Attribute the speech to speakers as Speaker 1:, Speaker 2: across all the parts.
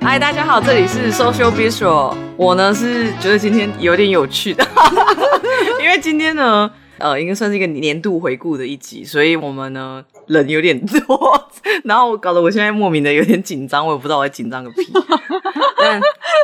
Speaker 1: 嗨，大家好，这里是 Social Bistro，我呢是觉得今天有点有趣的， 因为今天呢，呃，应该算是一个年度回顾的一集，所以我们呢人有点多， 然后我搞得我现在莫名的有点紧张，我也不知道我在紧张个屁。 但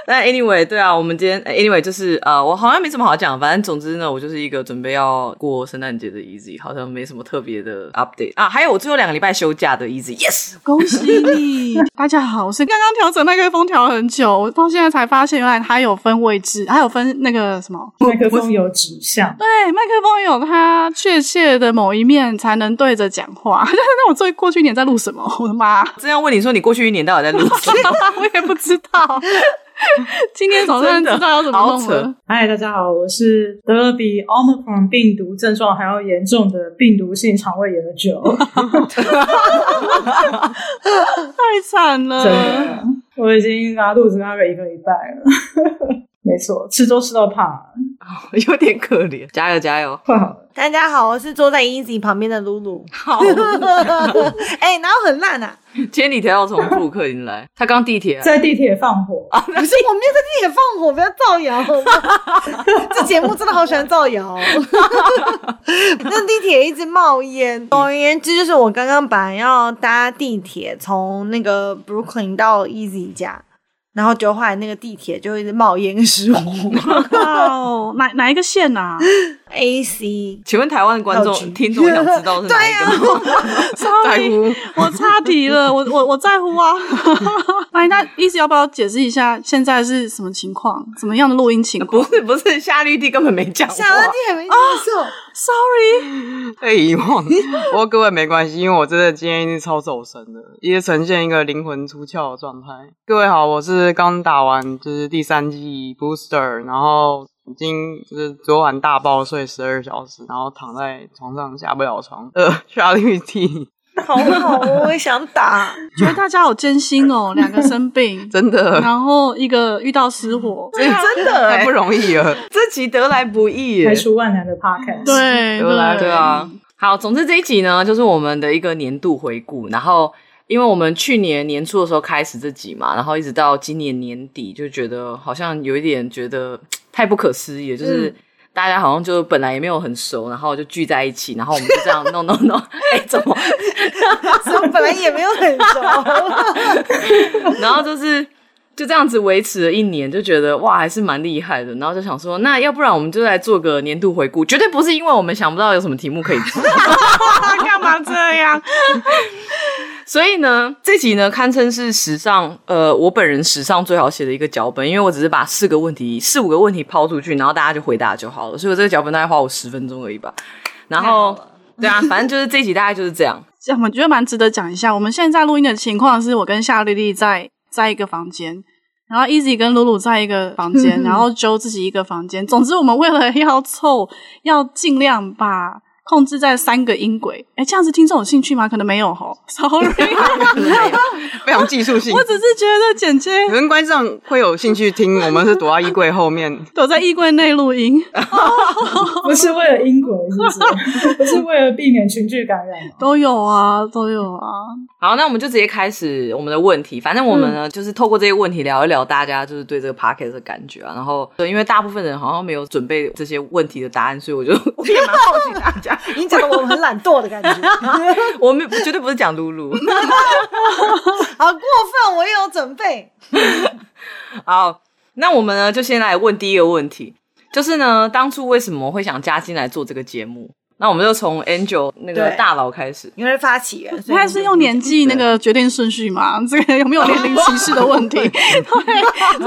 Speaker 1: 但 anyway，对啊，我们今天呃 anyway 就是呃，我好像没什么好讲，反正总之呢，我就是一个准备要过圣诞节的 Easy，好像没什么特别的 update 啊。还有我最后两个礼拜休假的 Easy，yes，
Speaker 2: 恭喜你！大家好，我是刚刚调整麦克风调很久，我到现在才发现，原来它有分位置，还有分那个什么。
Speaker 3: 麦克风有指向，
Speaker 2: 对，麦克风有它确切的某一面才能对着讲话。 但是那我最过去一年在录什么？我的妈！
Speaker 1: 这样问你说你过去一年到底在录什么？
Speaker 2: 我也不知道。今天总算
Speaker 1: 真的
Speaker 2: 知道要怎么弄
Speaker 1: 好扯
Speaker 2: 了。
Speaker 3: 嗨，大家好，我是得了比 Omicron 病毒症状还要严重的病毒性肠胃炎的酒，
Speaker 2: 太惨
Speaker 3: 真
Speaker 2: 了。
Speaker 3: 的，我已经拉肚子拉了一个礼拜了， 没错，吃粥吃到怕，
Speaker 1: 有点可怜，加油加油！
Speaker 3: 快好了，
Speaker 4: 大家好，我是坐在 Easy 旁边的露露。
Speaker 1: 好，
Speaker 4: 哎、哪有很烂 啊？
Speaker 1: 今天你调到从布鲁克林 来，他刚地铁、啊，
Speaker 3: 在地铁放火，
Speaker 4: 不是，我没有在地铁放火，不要造谣。好不好 这节目真的好喜欢造 谣。那地铁一直冒烟。总而言之，就是我刚刚本来要搭地铁从那个 Brooklyn 到 Easy 家，然后就后来那个地铁就一直冒烟跟 失火。
Speaker 2: 哦，哪哪一个线啊？
Speaker 4: AC
Speaker 1: 请问台湾的观
Speaker 4: 道具
Speaker 1: 众、听众想知道是哪一个吗？ 在
Speaker 2: Sorry，
Speaker 1: 乎
Speaker 2: 我差题了，我我我在乎啊。 哎，那意思要不要解释一下现在是什么情况？什么样的录音情 况
Speaker 1: 不是不是，夏绿蒂根本没讲话
Speaker 4: 想，到地铁没接受。
Speaker 2: ？Sorry，
Speaker 5: 被遗忘。不过各位没关系，因为我真的今天一定超走神的，一直呈现一个灵魂出窍的状态。各位好，我是刚打完就是第三季 booster，然后已经就是昨晚大爆睡十二小时，然后躺在床上下不了床。呃， 夏绿蒂，
Speaker 4: 好好哦，我也想打。
Speaker 2: 觉得哎大家好艰辛哦，两个生病，
Speaker 5: 真的
Speaker 2: 然后一个遇到失火，
Speaker 1: 真的
Speaker 5: 太
Speaker 1: 哎、
Speaker 5: 不容易了。
Speaker 1: 这集得来不易耶
Speaker 3: 排。除万难的 podcast，，
Speaker 2: 对
Speaker 5: 有啦
Speaker 1: 对啊，好，总之这一集呢，就是我们的一个年度回顾，然后。因为我们去年年初的时候开始这集嘛，然后一直到今年年底，就觉得好像有一点觉得太不可思议了，就是大家好像就本来也没有很熟，然后就聚在一起，然后我们就这样弄弄弄，哎、怎么？
Speaker 4: 所以 我本来也没有很熟。
Speaker 1: 然后就是就这样子维持了一年，就觉得哇，还是蛮厉害的。然后就想说，那要不然我们就来做个年度回顾，绝对不是因为我们想不到有什么题目可以做。
Speaker 2: 他干嘛这样？
Speaker 1: 所以呢，这集呢堪称是史上呃我本人史上最好写的一个脚本，因为我只是把四个问题、四五个问题抛出去，然后大家就回答就好了。所以我这个脚本大概花我十分钟而已吧。然后对啊，反正就是这集大概就是这样。
Speaker 2: 我们觉得蛮值得讲一下。我们现在录音的情况是我跟夏丽丽在在一个房间，然后 Easy 跟露露在一个房间，然后 Joe 自己一个房间。总之，我们为了要凑，要尽量把。控制在三个音轨，哎，这样子听众有兴趣吗？可能没有吼，sorry，
Speaker 5: 非常技术性
Speaker 2: 我。只是觉得剪接
Speaker 5: 可能观众会有兴趣听，我们是躲在衣柜后面，
Speaker 2: 躲在衣柜内录音，
Speaker 3: 不是为了音轨，是不 是？不是为了避免群聚感染哦吗，
Speaker 2: 都有啊，都有啊。
Speaker 1: 好，那我们就直接开始我们的问题。反正我们呢，就是透过这些问题聊一聊大家就是对这个 podcast 的感觉啊。然后，对，因为大部分人好像没有准备这些问题的答案，所以我就 我也蛮好奇大家。
Speaker 4: 你讲的我很懒惰的 感觉。
Speaker 1: 我们绝对不是讲露露。
Speaker 4: 好过分！我也有准备。
Speaker 1: 好，那我们呢就先来问第一个问题，就是呢，当初为什么会想加进来做这个节目？那我们就从 Angel 那个
Speaker 4: 对
Speaker 1: 大佬开始。
Speaker 4: 因为发起人，
Speaker 2: 他是用年纪那个决定顺序吗？ 这个有没有年龄歧视的问题？ 对，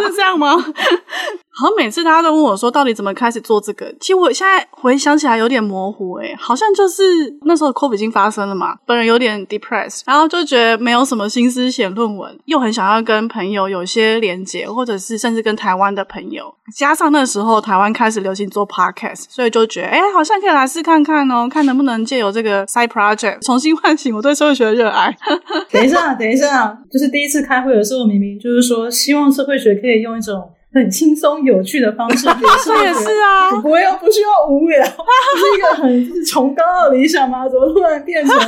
Speaker 2: 是这样吗？好像每次大家都问我说，到底怎么开始做这个？其实我现在回想起来有点模糊、欸，好像就是那时候 COVID 已经发生了嘛，本人有点 depressed，然后就觉得没有什么心思写论文，又很想要跟朋友有一些连结，或者是甚至跟台湾的朋友，加上那时候台湾开始流行做 podcast，所以就觉得哎、好像可以来试看看哦，看能不能借由这个 side project 重新唤醒我对社会学的热爱。
Speaker 3: 等一下，等一下，就是第一次开会的时候，明明就是说希望社会学可以用一种很轻松有趣的 方式，比如说
Speaker 2: 也是啊
Speaker 3: 我又不需要无聊，是一个很就是崇高的理想吗？怎么突然 变成，哎，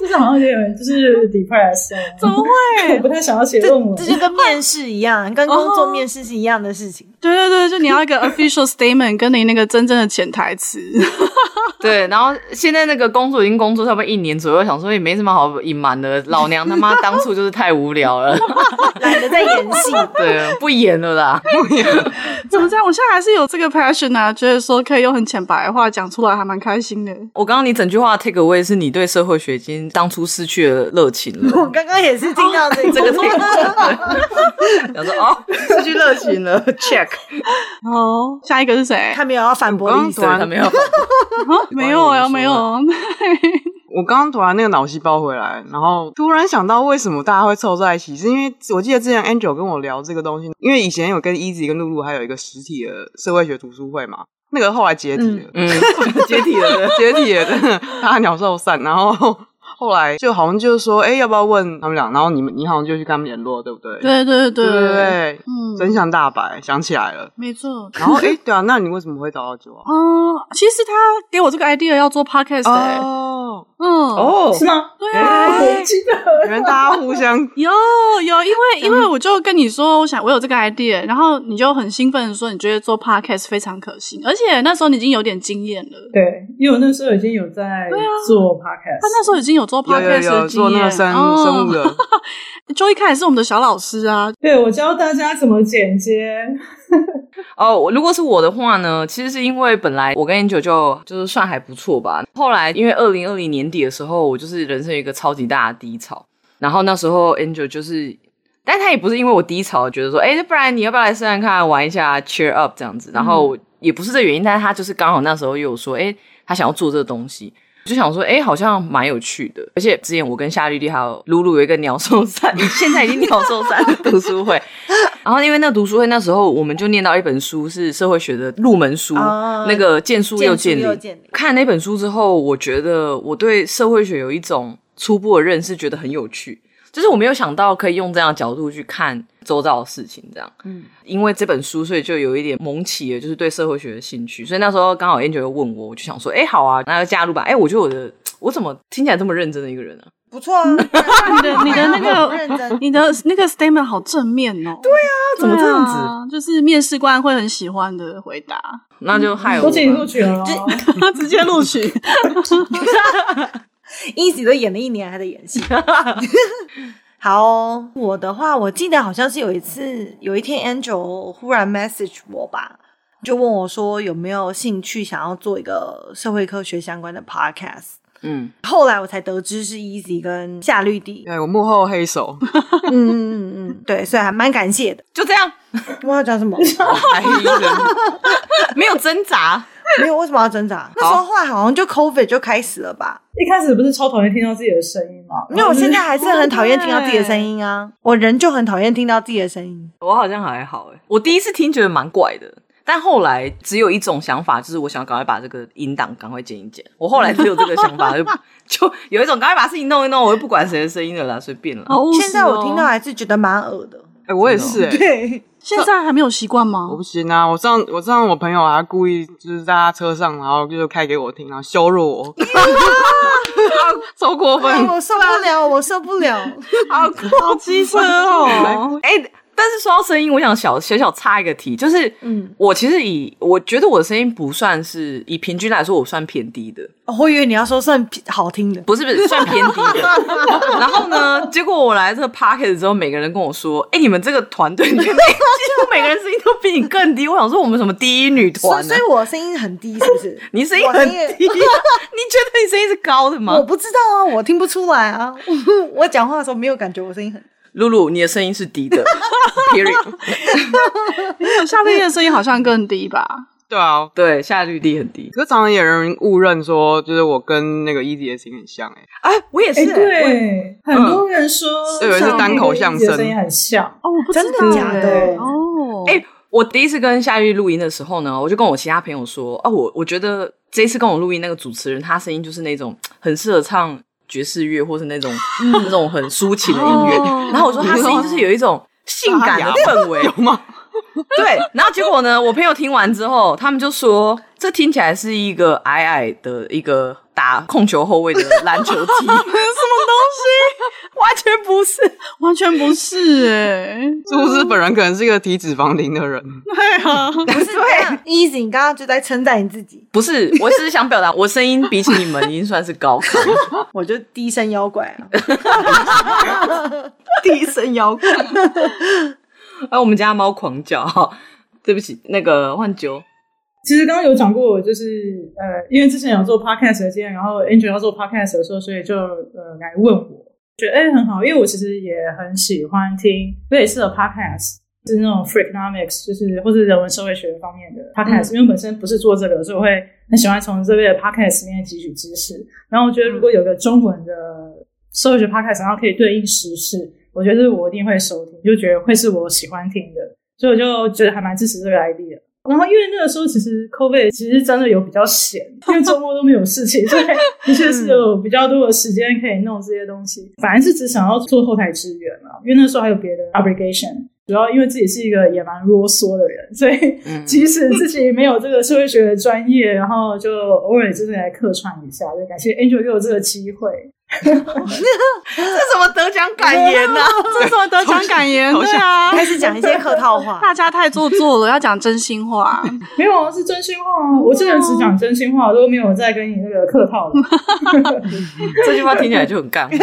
Speaker 3: 就是好像有点就是 depressed，了
Speaker 2: 怎么
Speaker 3: 我
Speaker 2: 会？
Speaker 3: 不太想要写
Speaker 4: 这
Speaker 3: 论文
Speaker 4: 这。就跟面试一样，跟工作面试是一样的事情。
Speaker 2: 对对对，就你要一个 official statement，跟你那个真正的潜台词。
Speaker 1: 对，然后现在那个工作已经工作差不多一年左右，想说也没什么好隐瞒的，老娘他妈当初就是太无聊了，
Speaker 4: 懒得再演戏，
Speaker 1: 对，啊不演了啦。
Speaker 2: 怎么这样？我现在还是有这个 passion 啊，觉得说可以用很浅白的话讲出来，还蛮开心的。
Speaker 1: 我刚刚你整句话 take away 是你对社会学已经当初失去了热情
Speaker 4: 我
Speaker 1: 了，
Speaker 4: 刚刚也是听到这
Speaker 1: 这个
Speaker 4: 个
Speaker 1: take，对 想说哦，失去热情了，check，
Speaker 2: 哦，下一个是谁？
Speaker 4: 他没有要反驳的意思
Speaker 1: 对，。他没有，
Speaker 2: 没有啊，没有 啊。
Speaker 5: 我刚刚突然那个脑细胞回来，然后突然想到为什么大家会凑在一起，是因为我记得之前 Angel 跟我聊这个东西，因为以前有跟 Easy 跟露露还有一个实体的社会学读书会嘛，那个后来解体了，
Speaker 1: 嗯，解体了，
Speaker 5: 解体了，真的大家鸟兽散，然后。后来就好像就是说，哎、要不要问他们俩？然后你们，你好像就去跟他们联络，对不对？
Speaker 2: 对对对
Speaker 5: 对对，对，
Speaker 2: 嗯，
Speaker 5: 真相大白，想起来了。
Speaker 2: 没错。
Speaker 5: 然后，哎、对啊，那你为什么会找到酒啊？
Speaker 2: 哦，其实他给我这个 idea 要做 podcast，欸
Speaker 5: 哦，
Speaker 2: 嗯，
Speaker 1: 哦
Speaker 3: 是吗？
Speaker 2: 对啊。
Speaker 3: 我记得
Speaker 5: 原来大家互相
Speaker 2: 有有，因为因为我就跟你说，我想我有这个 idea，然后你就很兴奋地说，你觉得做 podcast 非常可行，而且那时候你已经有点经验了，
Speaker 3: 对，因为我那时候已经有在做 podcast，
Speaker 2: 啊他那时候已经有做
Speaker 5: 有有
Speaker 2: podcast
Speaker 5: 有
Speaker 2: 的经
Speaker 5: 做那
Speaker 2: 验，
Speaker 5: 个生生物
Speaker 2: 哦，
Speaker 5: 的，
Speaker 2: 就一开始是我们的小老师啊，
Speaker 3: 对我教大家怎么剪接，
Speaker 1: 哦，我如果是我的话呢，其实是因为本来我跟 Angel 就就是算还不错吧，后来因为二零二零年底的时候，我就是人生有一个超级大的低潮，然后那时候 Angel 就是，但他也不是因为我低潮觉得说，哎、不然你要不要来试看看玩一下 cheer up 这样子，然后也不是这原因，但是他就是刚好那时候又有说，哎、他想要做这个东西。我就想说，哎、好像蛮有趣的。而且之前我跟夏绿蒂还有露露有一个鸟兽散， 现在已经鸟兽散的读书会，然后因为那读书会那时候，我们就念到一本书是社会学的入门书，
Speaker 4: 哦
Speaker 1: 那个《剑术又剑
Speaker 4: 剑
Speaker 1: 灵
Speaker 4: 术又剑灵》。
Speaker 1: 看那本书之后，我觉得我对社会学有一种初步的认识，觉得很有趣。就是我没有想到可以用这样的角度去看周遭的事情，这样。嗯，因为这本书，所以就有一点萌起了，就是对社会学的兴趣。所以那时候刚好 Angel 又问我，我就想说，哎、好啊，那就加入吧。哎、我觉得我的我怎么听起来这么认真的一个人啊？
Speaker 4: 不错啊，
Speaker 2: 你的你的那个
Speaker 4: 认真，
Speaker 2: 你的那个 statement 好正面哦，对啊，
Speaker 1: 怎么这样子
Speaker 2: 就是面试官会很喜欢的回答，
Speaker 1: 那就害我
Speaker 3: 都
Speaker 1: 吧。
Speaker 3: 进录取了哦。
Speaker 2: 他直接录取，
Speaker 4: 一直都演了一年，还在演戏。 好哦、我的话，我记得好像是有一次，有一天 Angel 忽然 message 我吧，就问我说有没有兴趣想要做一个社会科学相关的 podcast。
Speaker 1: 嗯，
Speaker 4: 后来我才得知是 Easy 跟夏绿蒂，
Speaker 5: 哎对我幕后黑手，
Speaker 4: 嗯嗯嗯嗯，对，所以还蛮感谢的。
Speaker 1: 就这样，
Speaker 4: 我要讲什么？
Speaker 5: 白衣人，
Speaker 1: 没有挣扎。
Speaker 4: 没有，为什么要挣扎？那时候后来 好像就 COVID 就开始了吧？
Speaker 3: 一开始不是超讨厌听到自己的声音吗？
Speaker 4: 因为我现在还是很讨厌听到自己的声
Speaker 2: 对
Speaker 4: 音啊，我人就很讨厌听到自己的声音。
Speaker 1: 我好像还好哎、我第一次听觉得蛮怪的，但后来只有一种想法，就是我想要赶快把这个音档赶快剪一剪。我后来只有这个想法， 就就有一种赶快把事情弄一弄，我就不管谁的声音了啦，随便了。
Speaker 2: 好务实哦
Speaker 4: 现在我听到还是觉得蛮恶的。哦
Speaker 5: 哎，我也是哎，
Speaker 4: 对，
Speaker 2: 现在还没有习惯
Speaker 5: 我
Speaker 2: 吗？
Speaker 5: 不行啊！我上我上我朋友还故意就是在他车上，然后就开给我听，然后羞辱我，超过
Speaker 4: 哎
Speaker 5: 分，
Speaker 4: 我受不 了，我受不了。
Speaker 1: 好好机车
Speaker 5: 哦！
Speaker 1: 哎、但是说到声音，我想小小小插一个题，就是
Speaker 4: 嗯，
Speaker 1: 我其实以我觉得我的声音不算是以平均来说，我算偏低的。
Speaker 4: 哦我以为你要说算好听 的，
Speaker 1: 不是不是，算偏低的。然后呢，结果我来这个 p a r k e t 之后，每个人跟我说：“哎、你们这个团队里 面，几乎每个人声音都比你更低。”我想说，我们什么第一女
Speaker 4: 所以
Speaker 1: 团啊呢、
Speaker 4: 所以我声音很低，是不是？
Speaker 1: 你声音很低、啊，
Speaker 4: 我声
Speaker 1: 你觉得你声音是高的
Speaker 4: 我
Speaker 1: 吗？
Speaker 4: 不知道啊，我听不出来啊。 我讲话的时候没有感觉我声音很。
Speaker 1: 露露，你的声音是低 的，period。
Speaker 2: 夏绿蒂的声音好像更低吧？
Speaker 5: 对啊。
Speaker 1: 对，夏绿蒂很低。
Speaker 5: 可是常常有人误认说，就是我跟那个 e a s y 的声音很像哎、
Speaker 1: 哎、我也是、
Speaker 3: 哎，
Speaker 1: 我也
Speaker 3: 对，很多人说
Speaker 5: 嗯有人是单口相声
Speaker 3: 声音很像，
Speaker 2: 哦，我不知道
Speaker 4: 真的假的
Speaker 2: 欸哦，
Speaker 1: 哎、我第一次跟夏玉录音的时候呢，我就跟我其他朋友说，啊，我我觉得这一次跟我录音那个主持人，他声音就是那种很适合唱爵士乐，或是那种、那种很抒情的音乐。
Speaker 2: 嗯哦
Speaker 1: 然后我说他声音就是有一种性感的氛围，
Speaker 5: 有吗？
Speaker 1: 对，然后结果呢，我朋友听完之后，他们就说，这听起来是一个矮矮的一个打控球后卫的篮球踢，
Speaker 2: 什么东
Speaker 1: 完全不是。
Speaker 2: 西？完全不是哎、
Speaker 5: 殊不知本人可能是一个体脂肪零的人，
Speaker 2: 对啊，
Speaker 4: 不 是这样 easy，你刚刚就在称赞你自己，
Speaker 1: 不是，我只是想表达，我声音比起你们已经算是高亢，
Speaker 4: 我就低声妖怪 啊，
Speaker 1: 低声摇 滚。哎，我们家猫狂叫， 对不起，那个换九，
Speaker 3: 其实刚刚有讲过，就是呃，因为之前有做 podcast 的经验，然后 Angel 要做 podcast 的时候，所以就呃来问我，觉得哎、很好，因为我其实也很喜欢听类似的 podcast，就是那种 freakonomics，就是或是人文社会学方面的 podcast，、因为我本身不是做这个，所以我会很喜欢从这类的 podcast 里面汲取知识。然后我觉得如果有个中文的社会学 podcast，然后可以对应时事，我觉得我一定会收听，就觉得会是我喜欢听的，所以我就觉得还蛮支持这个 idea 的。然后因为那个时候其实 COVID 其实真的有比较闲，因为周末都没有事情，所以的确是有比较多的时间可以弄这些东西。反正是只想要做后台支援嘛，因为那时候还有别的 obligation。主要因为自己是一个也蛮啰嗦的人，所
Speaker 5: 嗯
Speaker 3: 以即使自己没有这个社会学的专业，然后就偶尔就是来客串一下，就感谢 Angel 给我这个机会。
Speaker 1: 这什么得奖感言啊呢、
Speaker 2: 这什么得奖感言？对啊，
Speaker 4: 开始讲一些客套 话。
Speaker 2: 大家太做作了，要讲真心话。
Speaker 3: 没有啊，是真心话啊！我这个人只讲真心话，都没有在跟你那个客套的。
Speaker 1: 这句话听起来就很干话。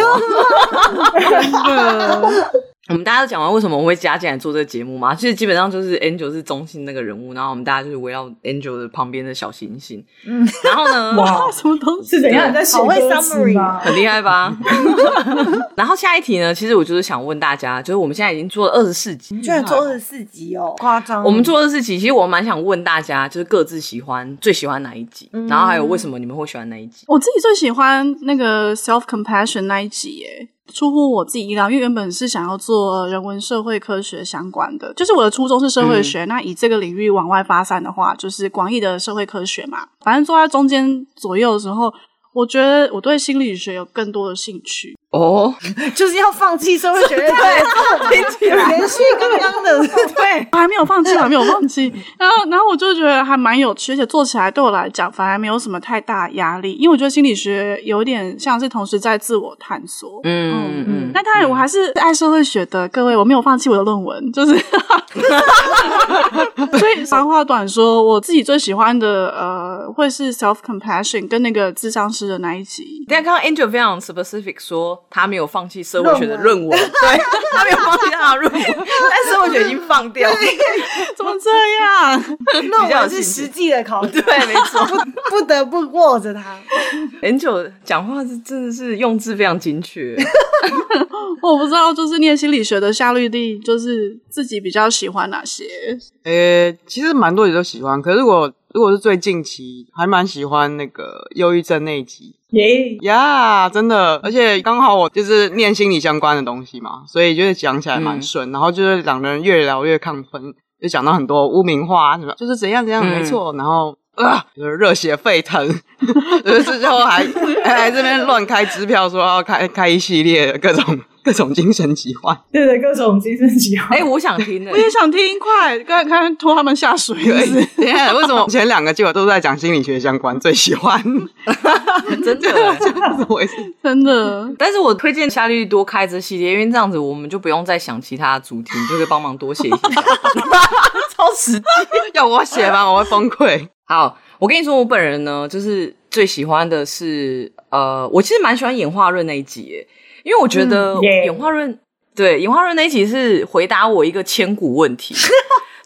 Speaker 1: 我们大家都讲完为什么我会加进来做这个节目嘛？其实基本上就是 Angel 是中心那个人物，然后我们大家就是围绕 Angel 的旁边的小行星。嗯，然后 呢？
Speaker 3: 哇，
Speaker 2: 什么东西？
Speaker 3: 是怎样你在写
Speaker 4: 好会
Speaker 3: 歌词
Speaker 4: summary
Speaker 3: 吗？
Speaker 1: 很厉害吧？ 然后下一题呢？其实我就是想问大家，就是我们现在已经做了二十四集，
Speaker 4: 居然做二十四集哦，夸张！
Speaker 1: 我们做二十集，其实我蛮想问大家，就是各自喜欢最喜欢哪一集，然后还有为什么你们会喜欢哪一集？
Speaker 2: 我自己最喜欢那个 self compassion 那一集耶，出乎我自己意料，因为原本是想要做人文社会科学相关的，就是我的初衷是社会学，那以这个领域往外发散的话，就是广义的社会科学嘛。反正坐在中间左右的时候，我觉得我对心理学有更多的兴趣。
Speaker 1: 哦，
Speaker 4: 就是要放弃社会学的对， 听起来连续刚刚的 对，
Speaker 2: 我还没有放弃，啊我还没有放弃。然后，然后我就觉得还蛮有趣，而且做起来对我来讲反而没有什么太大压力，因为我觉得心理学有点像是同时在自我探索。
Speaker 1: 嗯嗯，
Speaker 2: 那当然，我还是爱社会学的。各位，我没有放弃我的论文，就是， 所以长话短说，我自己最喜欢的呃，会是 self compassion 跟那个智商师的那一集。
Speaker 1: 大家看到 Angel 非常 specific 说他没有放弃社会学的论文，对 他没有放弃他的论文，但社会学已经放掉，
Speaker 2: 怎么这样？
Speaker 1: 比较
Speaker 4: 那
Speaker 1: 有
Speaker 4: 我
Speaker 1: 兴
Speaker 4: 是
Speaker 1: 趣
Speaker 4: 实际的考
Speaker 1: 对没
Speaker 4: 虑，，
Speaker 1: 错。
Speaker 4: 不得不握着它。
Speaker 1: Angel 讲话是真的是用字非常精 确，
Speaker 2: 我不知道，就是念心理学的夏绿蒂，就是自己比较喜欢哪些？
Speaker 5: 呃、其实蛮多人都喜欢，可是我如果是最近期，还蛮喜欢那个忧郁症那一集
Speaker 3: 耶！
Speaker 5: 呀真的，而且刚好我就是念心理相关的东西嘛，所以就是讲起来蛮
Speaker 1: 嗯
Speaker 5: 顺，然后就是两个人越聊越亢奋，就讲到很多污名化啊什么，就是怎样怎样、
Speaker 1: 嗯
Speaker 5: 没错，然后。啊，就是热血沸腾， 就是最后还 还还这边乱开支票，说要开开一系列的各种 各种精神疾患。
Speaker 3: 对对，各种精神疾患。
Speaker 1: 哎、我想听的、
Speaker 2: 我也想听，快，快快拖他们下水！
Speaker 5: 对，等一下为什么前两个结果都在讲心理学相关，最喜欢？
Speaker 1: 真的、欸。
Speaker 5: 我也是
Speaker 2: 真 的，
Speaker 1: 但是我推荐夏绿蒂多开这系列，因为这样子我们就不用再想其他的主题，你就可以帮忙多 写一些。超实际。
Speaker 5: 要我写吗？我会崩溃。
Speaker 1: 好，我跟你说，我本人呢，就是最喜欢的是，呃，我其实蛮喜欢演化论那一集耶，因为我觉得
Speaker 3: 嗯耶
Speaker 1: 演化论、对演化论那一集是回答我一个千古问 题，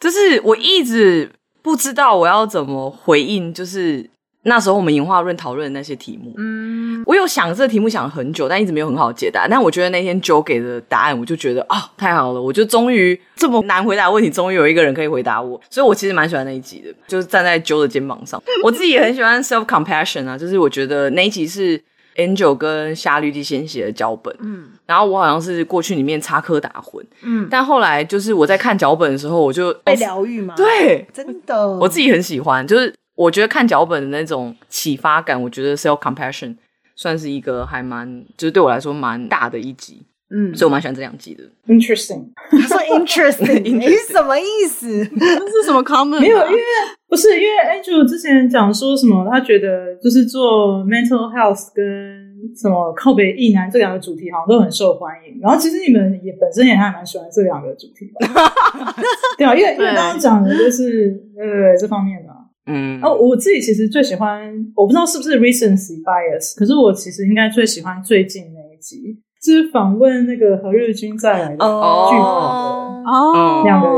Speaker 1: 就是我一直不知道我要怎么回应，就是那时候我们演化论讨论的那些题目，
Speaker 4: 嗯，
Speaker 1: 我有想这个题目想很久，但一直没有很好的解答。但我觉得那天 Joe 给的答案，我就觉得啊、太好了！我就终于这么难回答的问题，终于有一个人可以回答我，所以我其实蛮喜欢那一集的，就是站在 Joe 的肩膀上。我自己也很喜欢 self compassion 啊，就是我觉得那一集是 Angel 跟夏绿蒂先写的脚本，嗯，然后我好像是过去里面插科打诨，嗯
Speaker 4: 嗯，
Speaker 1: 但后来就是我在看脚本的时候，我就
Speaker 4: 被疗愈吗？，
Speaker 1: 对
Speaker 4: 真的，
Speaker 1: 我自己很喜欢，就是我觉得看脚本的那种启发感，我觉得 self compassion 算是一个还蛮，就是对我来说蛮大的一集。
Speaker 2: 嗯
Speaker 1: 所以我蛮喜欢这两季的。
Speaker 3: Interesting，
Speaker 4: 他说 interesting，你是什么意思？
Speaker 2: 这是什么 comment？、啊、
Speaker 3: 没有，因为不是因为 Andrew 之前讲说什么，他觉得就是做 mental health 跟什么靠北意男这两个主题好像都很受欢迎。然后其实你们也本身也还蛮喜欢这两个主题吧？对啊，因为因为刚刚讲的就是呃这方面的、啊。
Speaker 1: 嗯，
Speaker 3: 哦，我自己其实最喜欢，我不知道是不是 recency bias，可是我其实应该最喜欢最近那一集，就是访问那个何日君再来的剧
Speaker 1: 哦
Speaker 3: 本的
Speaker 2: 哦，
Speaker 3: 两个人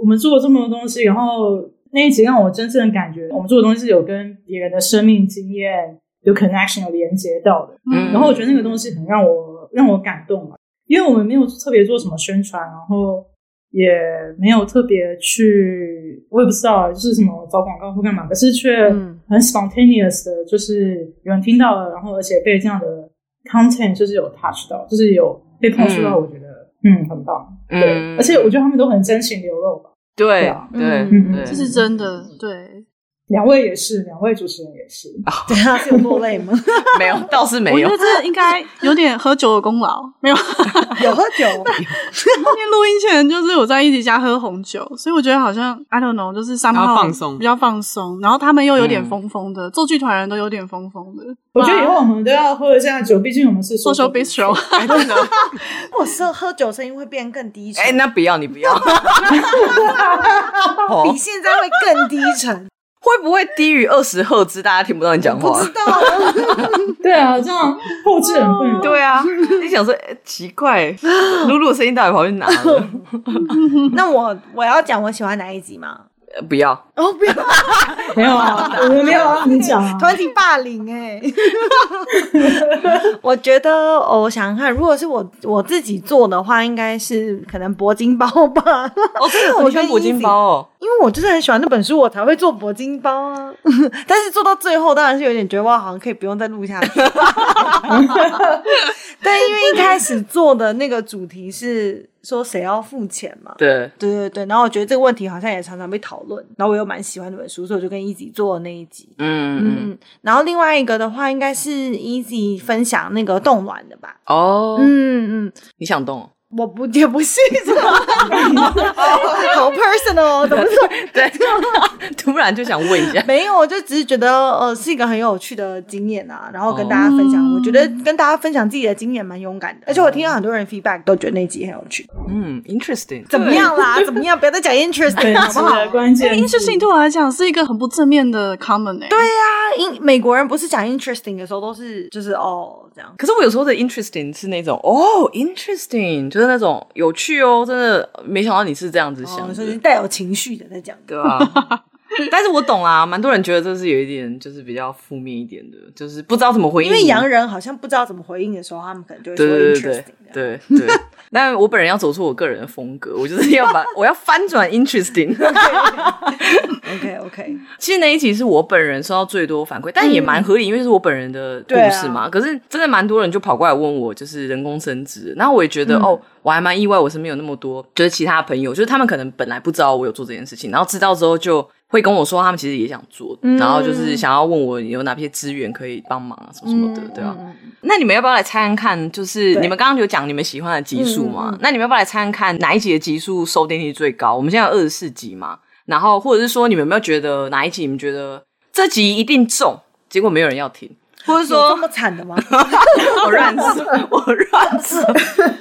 Speaker 3: 我们做了这么多东西，然后那一集让我真正感觉，我们做的东西有跟别人的生命经验有 connection 有连接到的。
Speaker 1: 嗯
Speaker 3: 然后我觉得那个东西很让我让我感动嘛，因为我们没有特别做什么宣传，然后也没有特别去，我也不知道啊就是什么找广告或干嘛，可是却
Speaker 2: 嗯
Speaker 3: 很 spontaneous 的，就是有人听到了，然后而且被这样的 content 就是有 touch 到，就是有被碰触到，
Speaker 1: 嗯
Speaker 3: 我觉得嗯很棒。对，
Speaker 1: 嗯
Speaker 3: 而且我觉得他们都很真情流露吧。对
Speaker 1: 对
Speaker 3: 啊
Speaker 1: 对
Speaker 2: 嗯
Speaker 1: 对，
Speaker 2: 这是真的，对，
Speaker 3: 两位也是，两位主持人也是。
Speaker 4: 对啊，是有落泪吗？
Speaker 1: 没有，倒是
Speaker 2: 我
Speaker 1: 没
Speaker 2: 觉
Speaker 1: 有
Speaker 2: 得。这应该有点喝酒的功劳， 没有。
Speaker 4: 有喝酒，
Speaker 2: 那天录音前就是我在一起家喝红酒，所以我觉得好像 I don't know，就是三号
Speaker 5: 要放松
Speaker 2: 比较放松，然后他们又有点
Speaker 1: 嗯
Speaker 2: 疯疯的，做剧团人都有点疯疯的。
Speaker 3: 我觉得以后我们都要喝一下酒，毕竟我们是
Speaker 2: social bistro，
Speaker 5: 哎，真的，
Speaker 4: 我喝喝酒声音会变更低沉
Speaker 1: 哎，，那不要你不要，
Speaker 4: 比
Speaker 1: 哦，
Speaker 4: 现在会更低 沉，
Speaker 1: 会不会低于二十赫兹，大家听不到你讲
Speaker 4: 不
Speaker 1: 话？
Speaker 4: 知道 啊。
Speaker 3: 对啊，这样后置很困扰。
Speaker 4: 哦
Speaker 1: 对啊，你想说哎奇怪，露露的声音到底跑去哪了？
Speaker 4: 那我我要讲我喜欢哪一集吗？
Speaker 1: 呃不要，
Speaker 4: 哦，不要，
Speaker 3: 没有啊，我们没有啊，你讲啊。
Speaker 4: 团体霸凌哎、 我觉得、哦，我想想看，如果是我我自己做的话，应该是可能铂金包吧，
Speaker 1: 哦，真的，
Speaker 4: 我
Speaker 1: 我
Speaker 4: 觉
Speaker 1: 穿
Speaker 4: 得
Speaker 1: 铂金
Speaker 4: easy
Speaker 1: 包哦，
Speaker 4: 因为我就是很喜欢那本书，我才会做铂金包啊。 但是做到最后，当然是有点绝望，好像可以不用再录下去。 但因为一开始做的那个主题是说谁要付钱嘛，
Speaker 1: 对，
Speaker 4: 对对对，然后我觉得这个问题好像也常常被讨论，然后我又蛮喜欢那本书，所以我就跟一起做了那一集。
Speaker 1: 嗯嗯，
Speaker 4: 嗯，然后另外一个的话，应该是 Easy 分享那个冻卵的吧？
Speaker 1: 哦，
Speaker 4: 嗯嗯，
Speaker 1: 你想动哦？
Speaker 4: 我不也不是这种好 personal，哦怎么说？
Speaker 1: 对，突然就想问一下，
Speaker 4: 没有，我就只是觉得呃是一个很有趣的经验啊，然后跟大家分享。我觉得跟大家分享自己的经验蛮勇敢的，而且我听到很多人 feedback 都觉得那集很有趣。
Speaker 1: 嗯，interesting，
Speaker 4: 怎么样 啦？怎么样？不要再讲 interesting
Speaker 3: 本
Speaker 4: 好
Speaker 3: 集
Speaker 4: 不好？
Speaker 3: 的关键
Speaker 4: 哎
Speaker 2: 因为 interesting 对我来讲是一个很不正面的 comment 哎、
Speaker 4: 对呀、英美国人不是讲 interesting 的时候都是就是哦这样。
Speaker 1: 可是我有时候的 interesting 是那种哦，interesting，就是那种有趣哦，真的没想到你是这样子想
Speaker 4: 哦，
Speaker 1: 的，
Speaker 4: 所以是带有情绪的在讲。
Speaker 1: 对啊。 但是我懂啦，蛮多人觉得这是有一点就是比较负面一点的，就是不知道怎么回应。
Speaker 4: 因为洋人好像不知道怎么回应的时候，他们可能就会说
Speaker 1: 对对对
Speaker 4: interesting
Speaker 1: 对
Speaker 4: 这样
Speaker 1: 对对 对。但我本人要走出我个人的风格，我就是要把我要翻 转 interesting。
Speaker 4: OK OK，
Speaker 1: 其实那一集是我本人收到最多反馈，但也蛮合理，因为是我本人的故事嘛。可是真的蛮多人就跑过来问我，就是人工生殖，然后我也觉得、哦，我还蛮意外，我身边有那么多就是其他朋友，就是他们可能本来不知道我有做这件事情，然后知道之后就。会跟我说他们其实也想做，然后就是想要问我有哪些资源可以帮忙啊，什么什么的，对啊。那你们要不要来猜看看？就是
Speaker 4: 对
Speaker 1: 你们刚刚有讲你们喜欢的集数嘛？那你们要不要来猜看看哪一集的集数收听率最高？我们现在有二十四集嘛，然后或者是说你们有没有觉得哪一集你们觉得这集一定中，结果没有人要听，或者
Speaker 4: 有这
Speaker 1: 说
Speaker 4: 么惨的吗？
Speaker 1: 我 乱说， 我乱说，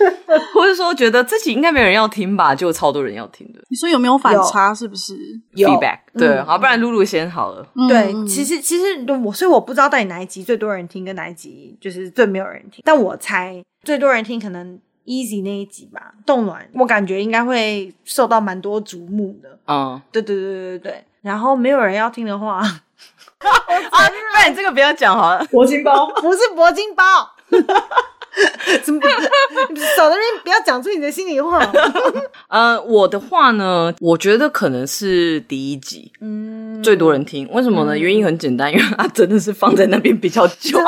Speaker 1: 或者说觉得这集应该没有人要听吧，就超多人要听的
Speaker 2: 你说有没有反差？是不是？
Speaker 4: 有
Speaker 1: feedback。对，
Speaker 4: 嗯
Speaker 1: 好，不然露露先好了。
Speaker 2: 嗯
Speaker 4: 对，
Speaker 2: 嗯
Speaker 4: 其实其实我所以我不知道到底哪一集最多人听，跟哪一集就是最没有人听。但我猜最多人听可能 Easy 那一集吧，冻卵，我感觉应该会受到蛮多瞩目的。
Speaker 1: 嗯，
Speaker 4: 对对对对对对。然后没有人要听的话，
Speaker 1: 啊，不然你这个不要讲好了。
Speaker 3: 铂金包
Speaker 4: 不是铂金包。怎么？少在那边不要讲出你的心里话。
Speaker 1: 呃，我的话呢，我觉得可能是第一集
Speaker 4: 嗯，
Speaker 1: 最多人听，为什么呢？原因很简单，因为它真的是放在那边比较久。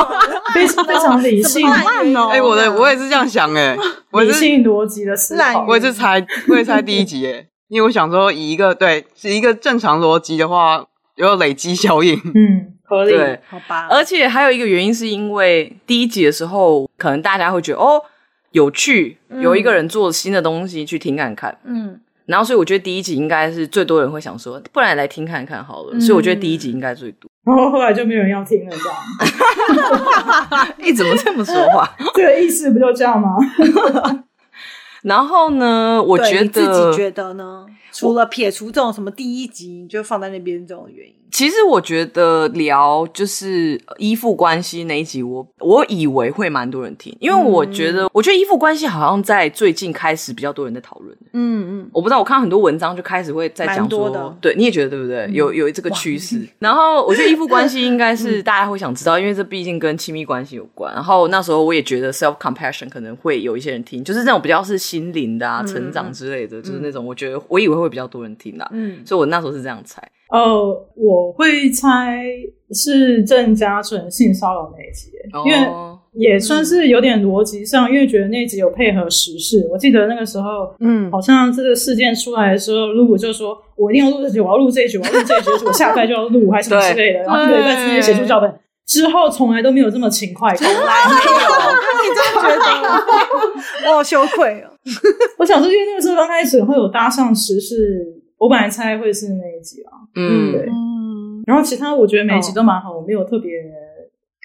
Speaker 3: 非常非常理性
Speaker 4: 怎、么办
Speaker 2: 烂哦
Speaker 5: 哎，我的我也是这样想，哎，我
Speaker 3: 理
Speaker 5: 也是
Speaker 3: 性逻辑的思考
Speaker 4: 烂。
Speaker 5: 我也是猜，我也猜第一集，哎，因为我想说，以一个对是一个正常逻辑的话，有累积效应，
Speaker 3: 嗯，合理。
Speaker 1: 对，
Speaker 4: 好吧，
Speaker 1: 而且还有一个原因是因为第一集的时候，可能大家会觉得哦，有趣，有一个人做新的东西去听看看。
Speaker 4: 嗯，
Speaker 1: 然后，所以我觉得第一集应该是最多人会想说，不然来听看看
Speaker 4: 嗯
Speaker 1: 好了。所以我觉得第一集应该最多。
Speaker 3: 然后后来就没有人要听了，这样
Speaker 1: 哎、怎么这么说 话？
Speaker 3: 这个意思不就这样吗？
Speaker 1: 然后呢，我
Speaker 4: 对
Speaker 1: 觉
Speaker 4: 你自己
Speaker 1: 得，
Speaker 4: 觉得呢？除了撇除这种什么第一集你就放在那边这种原因，
Speaker 1: 其实我觉得聊就是呃依附关系那一集我，我以为会蛮多人听，因为我觉
Speaker 4: 嗯
Speaker 1: 得，我觉得依附关系好像在最近开始比较多人在讨论。
Speaker 4: 嗯嗯，
Speaker 1: 我不知道，我看到很多文章就开始会在讲
Speaker 4: 蛮多
Speaker 1: 说，
Speaker 4: 的
Speaker 1: 对，你也觉得对不对？有有这个趋势。然后我觉得依附关系应该是大家会想知道，因为这毕竟跟亲密关系有关。然后那时候我也觉得 self compassion 可能会有一些人听，就是那种比较是心灵的啊、成长之类的，就是那种我觉得我以为会比较多人听啦。
Speaker 4: 嗯
Speaker 1: 所以我那时候是这样猜。
Speaker 3: 哦，我会猜是郑家纯性骚扰那一集，因为
Speaker 1: 哦
Speaker 3: 也算是有点逻辑上，因为觉得那一集有配合时事。我记得那个时候，
Speaker 4: 嗯，
Speaker 3: 好像这个事件出来的时候，露露就说：“我一定要录这集，我要录这一集，我要录这一集，我下礼拜就要录，还是什么之类的。”然后那个礼拜直接写出脚本，之后从来都没有这么勤快 过。
Speaker 4: 那你真的觉得？ 我好羞愧哦。
Speaker 3: 我想说，因为那个时候刚开始会有搭上时事，我本来猜会是那一集啊。
Speaker 1: 嗯，
Speaker 3: 对
Speaker 2: 嗯，
Speaker 3: 然后其他我觉得每一集都蛮好，我没有特别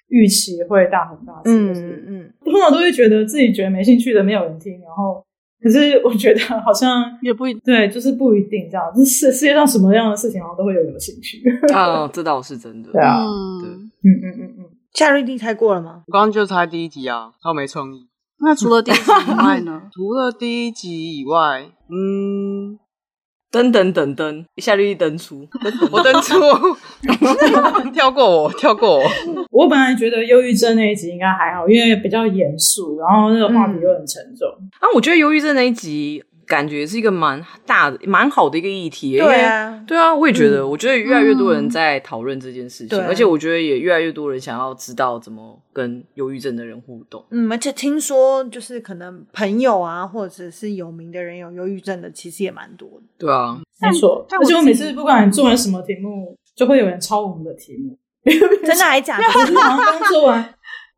Speaker 3: 预期会大红大紫。嗯，
Speaker 4: 嗯
Speaker 3: 通常都会觉得自己觉得没兴趣的没有人听，然后可是我觉得好像
Speaker 2: 也不一定。
Speaker 3: 对，就是不一定这样。这世世界上什么样的事情好像都会有人有兴趣。
Speaker 1: 啊，这倒是真的。
Speaker 3: 对啊，
Speaker 2: 嗯，
Speaker 3: 嗯嗯嗯嗯，
Speaker 4: 夏瑞蒂猜过了吗？
Speaker 5: 我刚刚就猜第一集啊，超没创意。？
Speaker 2: 那除了第一集以外呢
Speaker 5: 除了第一集以外，嗯，
Speaker 1: 噔噔噔噔，一下就一登出。
Speaker 5: 我登出， 跳过我，跳过我。
Speaker 3: 我本来觉得忧郁症那一集应该还好，因为比较严肃，然后那个话题又很沉重。
Speaker 1: 啊，我觉得忧郁症那一集感觉是一个蛮大的、蛮好的一个议题耶。
Speaker 4: 对啊
Speaker 1: 因为对啊，我也觉得，我觉得越来越多人在讨论这件事情，
Speaker 4: 对
Speaker 1: 而且我觉得也越来越多人想要知道怎么跟忧郁症的人互动。
Speaker 4: 嗯，而且听说就是可能朋友啊，或者是有名的人有忧郁症的，其实也蛮多的。
Speaker 1: 对啊，
Speaker 3: 没错，
Speaker 2: 但
Speaker 3: 而且我
Speaker 2: 我自
Speaker 3: 每
Speaker 2: 己
Speaker 3: 次不管做完什么题目，就会有人抄我们的题目。
Speaker 4: 真的还假 的？
Speaker 3: 然后刚做完，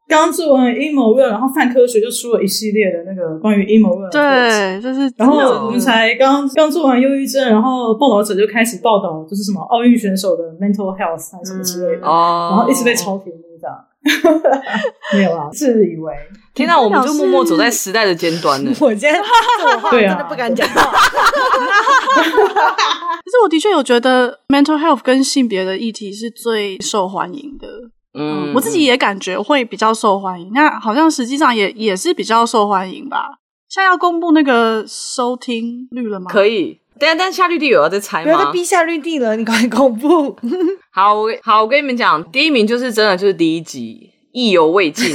Speaker 3: 刚做完阴谋论，然后泛科学就出了一系列的那个关于阴谋论的课程。
Speaker 2: 对，这是
Speaker 3: 然后
Speaker 2: 真的
Speaker 3: 我们才刚刚做完忧郁症，然后报道者就开始报道，就是什么奥运选手的 mental health 啊还是什么之类
Speaker 2: 嗯
Speaker 3: 的，
Speaker 1: 哦，
Speaker 3: 然后一直被。抄题目这样。 没有啦，啊自以为
Speaker 1: 天哪，我们就默默走在时代的尖端 呢。
Speaker 4: 我今天这种话我
Speaker 3: 对
Speaker 4: 真
Speaker 3: 啊
Speaker 4: 的不敢讲话。
Speaker 2: 可是我的确有觉得 mental health 跟性别的议题是最受欢迎的。
Speaker 1: 嗯，
Speaker 2: 我自己也感觉会比较受欢迎。那好像实际上也也是比较受欢迎吧。现在要公布那个收听率了吗？
Speaker 1: 可
Speaker 2: 以。
Speaker 1: 以。但但夏绿蒂有要再猜
Speaker 4: 不要再
Speaker 1: 吗？
Speaker 4: 逼夏绿蒂了，你快公布。
Speaker 1: 好，我好，我跟你们讲，第一名就是真的就是第一集。意犹未尽，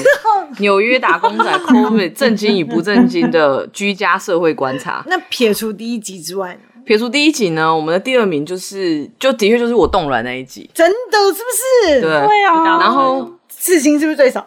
Speaker 1: 纽约打工仔 COVID 震惊与不震惊的居家社会观察。
Speaker 4: 那撇除第一集之外呢，
Speaker 1: 撇除第一集呢，我们的第二名就是，就的确就是我冻卵那一集，
Speaker 4: 真的是不
Speaker 1: 对，
Speaker 4: 是？
Speaker 2: 对啊，
Speaker 1: 然后
Speaker 4: 刺青是不是最少？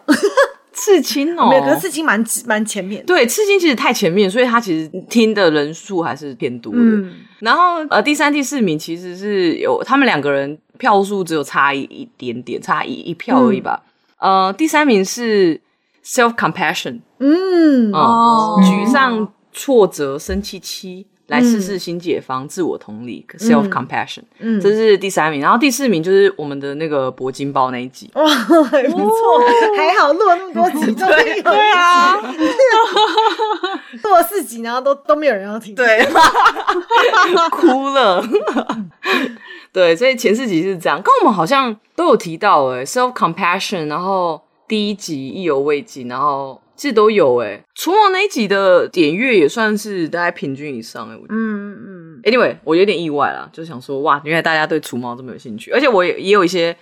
Speaker 1: 刺青哦，
Speaker 4: 没有，可是刺青蛮蛮前面的。
Speaker 1: 对刺青其实太前面，所以它其实听的人数还是偏多的。
Speaker 4: 嗯，
Speaker 1: 然后呃，第三、第四名其实是有他们两个人票数只有差一一点点，差一一票
Speaker 4: 嗯
Speaker 1: 而已吧。呃，第三名是 self compassion，
Speaker 4: 嗯，
Speaker 1: 哦
Speaker 2: 哦，
Speaker 1: 沮丧、挫折、生气期，来试试新解方，自我同理 self compassion，
Speaker 4: 嗯
Speaker 1: 这是第三名。然后第四名就是我们的那个铂金包那一集。
Speaker 4: 哇，还不错，还好录了那么多
Speaker 2: 哦
Speaker 4: 集，都没有人
Speaker 1: 对啊，
Speaker 4: 录了四集，然后都都没有人要听。，
Speaker 1: 对，哭 了。对，所以前四集是这样，跟我们好像都有提到哎、s e l f compassion，然后第一集意犹未尽，然后其实都有哎、除了那一集的点阅也算是大概平均以上哎、我觉得。
Speaker 4: 嗯嗯
Speaker 1: Anyway，我有点意外啦，就想说哇，原来大家对除毛这么有兴趣，而且我也也有一些，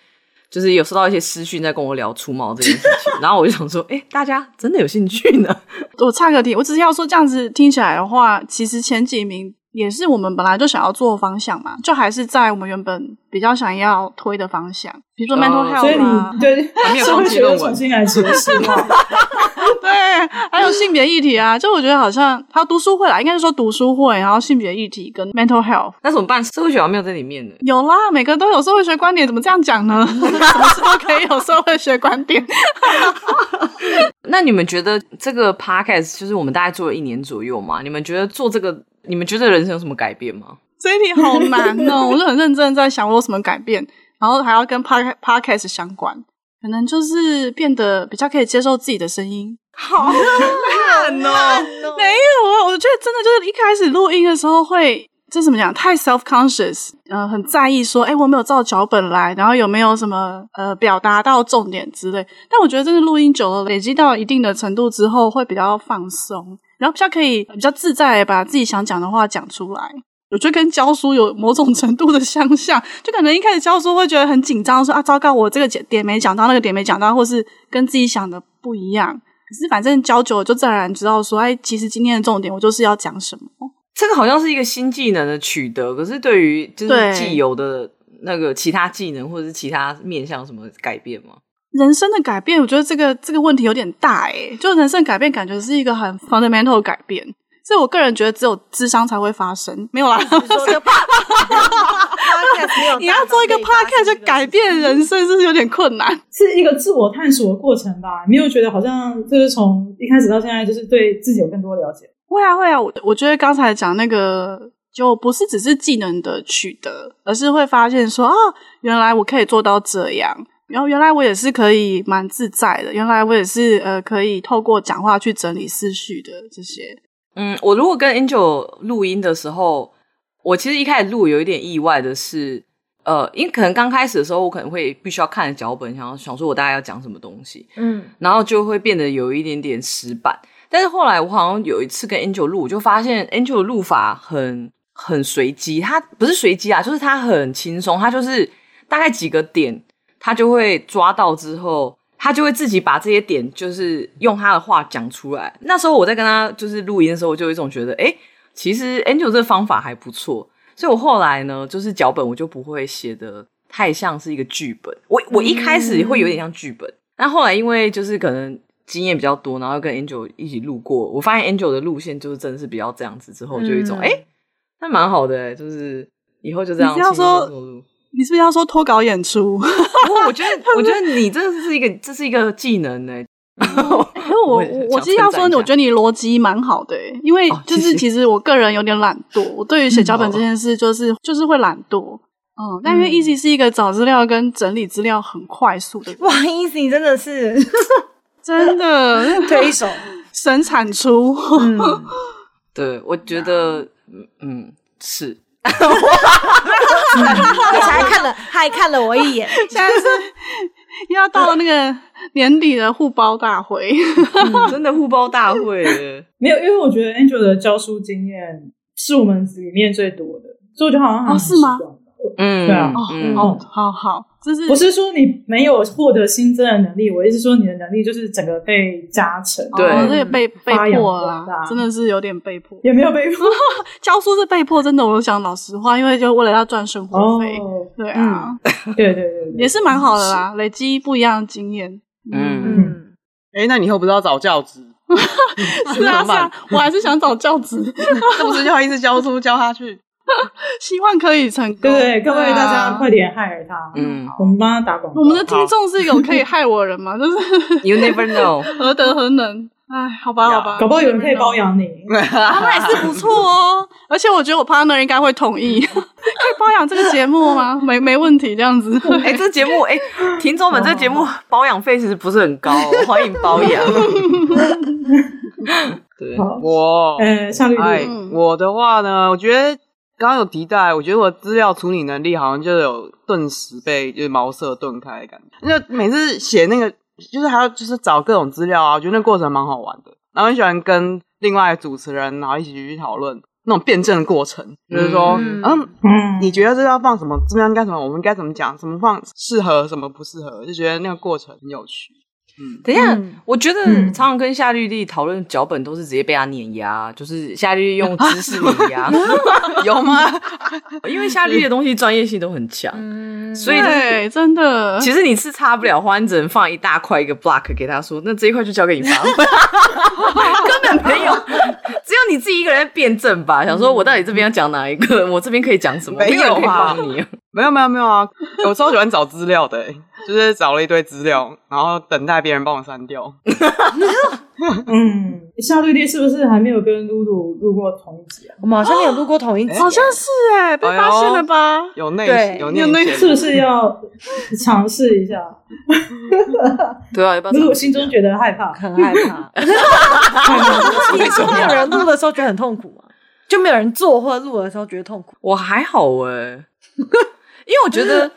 Speaker 1: 就是有收到一些私讯在跟我聊除毛这件事 情，然后我就想说，哎、大家真的有兴趣呢？
Speaker 2: 我岔个题，我只是要说，这样子听起来的话，其实前几名也是我们本来就想要做的方向嘛，就还是在我们原本比较想要推的方向，比如说
Speaker 1: 哦
Speaker 2: mental
Speaker 3: 所以
Speaker 2: health 啊
Speaker 3: 你，对
Speaker 5: 没有
Speaker 3: 社
Speaker 5: 放
Speaker 3: 会
Speaker 5: 弃
Speaker 3: 学又
Speaker 5: 论文
Speaker 3: 重新来学习嘛？
Speaker 2: 对，还有性别议题啊，就我觉得好像还有读书会啦，应该是说读书会，然后性别议题跟 mental health
Speaker 1: 那怎么办？社会学好像没有在里面呢。
Speaker 2: 有啦，每个都有社会学观点，怎么这样讲呢？什么时候可以有社会学观点？
Speaker 1: 那你们觉得这个 podcast 就是我们大概做了一年左右嘛？你们觉得做这个，你们觉得人生有什么改变吗？
Speaker 2: 这一题好难哦，我就很认真在想我有什么改变，然后还要跟 pod podcast 相关，可能就是变得比较可以接受自己的声音。
Speaker 1: 好烂哦！
Speaker 2: 没有啊，我觉得真的就是一开始录音的时候会，这怎么讲？太 self conscious，呃，很在意说，哎，我没有照脚本来，然后有没有什么呃表达到重点之类。但我觉得真的录音久了，累积到一定的程度之后，会比较放松，然后比较可以比较自在地把自己想讲的话讲出来。我觉得跟教书有某种程度的相像，就可能一开始教书会觉得很紧张，说啊糟糕，我这个点点没讲到，那个点没讲到，或是跟自己想的不一样。可是反正教久了就自然而然知道说，哎，其实今天的重点我就是要讲什么。
Speaker 1: 这个好像是一个新技能的取得，可是对于就是
Speaker 2: 对
Speaker 1: 既有的那个其他技能或者是其他面向有什么改变吗？
Speaker 2: 人生的改变，我觉得这个这个问题有点大诶、就人生改变感觉是一个很 fundamental 的改变，所以我个人觉得只有智商才会发生，没有啦。
Speaker 4: 你说这 podcast 没有，
Speaker 2: 你要做一个 podcast 就改变人生，是不是有点困难？
Speaker 3: 是一个自我探索的过程吧？你有觉得好像就是从一开始到现在，就是对自己有更多了解？
Speaker 2: 会啊，会啊，我我觉得刚才讲那个，就不是只是技能的取得，而是会发现说啊，原来我可以做到这样，然后原来我也是可以蛮自在的，原来我也是呃可以透过讲话去整理思绪的这些。
Speaker 1: 嗯，我如果跟 Angel 录音的时候，我其实一开始录有一点意外的是，呃，因为可能刚开始的时候，我可能会必须要看脚本，想要想说我大概要讲什么东西，
Speaker 4: 嗯，
Speaker 1: 然后就会变得有一点点死板。但是后来我好像有一次跟 Angel 录，我就发现 Angel 的录法很很随机，他不是随机啊，就是他很轻松，他就是大概几个点，他就会抓到之后，他就会自己把这些点就是用他的话讲出来。那时候我在跟他就是录音的时候，我就有一种觉得，诶，其实 Angel 这方法还不错。所以我后来呢，就是脚本我就不会写的太像是一个剧本，我我一开始会有点像剧本，但后来因为就是可能经验比较多，然后跟 Angel 一起录过，我发现 Angel 的路线就是真的是比较这样子，之后就有一种
Speaker 4: 嗯
Speaker 1: 诶，那蛮好的、诶就是以后就这样
Speaker 2: 你是要
Speaker 1: 轻轻松
Speaker 2: 说
Speaker 1: 松地录。
Speaker 2: 你是不是要说脱稿演出？
Speaker 1: 不过我觉得，我觉得你这是一个，这是一个技能欸呢、
Speaker 2: 因为我
Speaker 1: 我也
Speaker 2: 我
Speaker 1: 想
Speaker 2: 我其实要
Speaker 1: 称赞
Speaker 2: 说，
Speaker 1: 一下
Speaker 2: 我觉得你逻辑蛮好的、欸，因为
Speaker 1: 哦
Speaker 2: 就
Speaker 1: 谢嗯
Speaker 2: 是
Speaker 1: 谢
Speaker 2: 其实我个人有点懒惰，我对于写脚本这件事就是、就是会懒惰。嗯，但因为
Speaker 4: 嗯
Speaker 2: Easy 是一个找资料跟整理资料很快速的人，
Speaker 4: 哇，Easy 真的是
Speaker 2: 真的
Speaker 4: 推手，
Speaker 2: 神产出。
Speaker 4: 嗯，
Speaker 1: 对，我觉得，嗯嗯，是
Speaker 4: 而且还看了还看了我一眼，
Speaker 2: 现在是又要到了那个年底的互包大会，
Speaker 1: 嗯真的互包大会欸耶。
Speaker 3: 没有，因为我觉得 Angel 的教书经验是我们里面最多的，所以我觉得好像很
Speaker 2: 哦是吗
Speaker 3: 习惯吧？
Speaker 1: 嗯，
Speaker 3: 对啊
Speaker 2: 哦，
Speaker 1: 嗯
Speaker 2: 好好好，这是哦
Speaker 3: 不是说你没有获得新增的能力，我意思说你的能力就是整个被加成，
Speaker 1: 嗯对
Speaker 2: 哦，这也被被
Speaker 3: 发扬
Speaker 2: 迫
Speaker 3: 光
Speaker 2: 了啦
Speaker 3: 大，
Speaker 2: 真的是有点被迫。
Speaker 3: 也没有被 迫。
Speaker 2: 教书是被迫，真的，我讲老实话，因为就为了要赚生活
Speaker 3: 哦，
Speaker 2: 费。对啊，
Speaker 3: 嗯对对对
Speaker 2: 也
Speaker 3: 对，
Speaker 2: 是蛮好的啦，累积不一样的经 验。
Speaker 1: 嗯
Speaker 4: 嗯，
Speaker 5: 哎、那你以后不是要找教职？
Speaker 2: 是 啊是啊，我还是想找教职，
Speaker 5: 那不是就要一直教书教他去？
Speaker 2: 希望可以成功。
Speaker 3: 对对，各位
Speaker 2: 啊
Speaker 3: 大家快点害他，
Speaker 1: 嗯
Speaker 3: 我们帮他打广告。
Speaker 2: 我们的听众是有可以害我的人吗？就是
Speaker 1: ，You never know。
Speaker 2: 何德何能？哎，好吧好吧，
Speaker 3: 搞不好有人可以包养你，
Speaker 2: 啊，那也是不错哦。 而且我觉得我 partner 应该会同意， 可以包养这个节目吗？没没问题，这样子。
Speaker 1: 哎、这节目，哎、听众们，这节目保养费其实不是很高、哦，欢迎保养。对，
Speaker 3: 好，
Speaker 2: 哦
Speaker 5: 我
Speaker 3: 呃，夏绿
Speaker 5: 哎
Speaker 3: 蒂，，
Speaker 2: 嗯
Speaker 5: 我的话呢，我觉得刚刚有提到，我觉嗯得我资料处理能力好像就有顿时被就是茅塞顿开的感觉。就每次写那个，就是还要就是找各种资料啊，我觉得那过程蛮好玩的。然后很喜欢跟另外主持人，然后一起去讨论那种辩证的过程，就是说，
Speaker 4: 嗯
Speaker 5: 嗯。
Speaker 2: 哦
Speaker 3: 嗯，
Speaker 5: 你觉得这要放什么？这边该怎么？我们该怎么讲？怎么放适合？什么不适合？就觉得那个过程很有趣。
Speaker 1: 等一下，
Speaker 4: 嗯
Speaker 1: 我觉得
Speaker 3: 嗯
Speaker 1: 常常跟夏绿蒂讨论脚本都是直接被她碾压，就是夏绿蒂用知识碾压，
Speaker 5: 有吗？
Speaker 1: 因为夏绿蒂的东西专业性都很强，
Speaker 4: 嗯，
Speaker 1: 所以就是
Speaker 2: 对，真
Speaker 4: 啊
Speaker 2: 的。
Speaker 1: 其实你是擦不了花，你只能放一大块一个 block 给他说，那这一块就交给你 发挥，根本没有，只有
Speaker 4: 嗯
Speaker 1: 你自己一个人在辩证吧。想说我到底这边要讲哪一个，我这边可以讲什么，
Speaker 4: 啊
Speaker 5: 没有
Speaker 1: 人可以
Speaker 5: 吧
Speaker 1: 帮你。
Speaker 5: 没有没有没有啊， 我超喜欢找资料的、欸，就是找了一堆资料，然后等待别人帮我删掉。
Speaker 3: 嗯，效率力是不是还没有跟露露录过同一 集啊？
Speaker 4: 我们好像没有录过同一集，
Speaker 2: 好像是哎、被发现了吧？
Speaker 5: 有内
Speaker 4: 对
Speaker 5: 有
Speaker 2: 有内
Speaker 5: 内线
Speaker 3: 是不是要尝 试一下？
Speaker 1: 对啊，要不要
Speaker 3: 如
Speaker 1: 尝
Speaker 3: 果
Speaker 1: 试
Speaker 3: 心中觉得害怕，
Speaker 4: 很害 怕。
Speaker 1: 为什
Speaker 4: 没有
Speaker 1: 么？
Speaker 4: 人录的时候觉得很痛苦吗？就没有人做或录的时候觉得痛苦？
Speaker 1: 我还好哎、因为我觉 得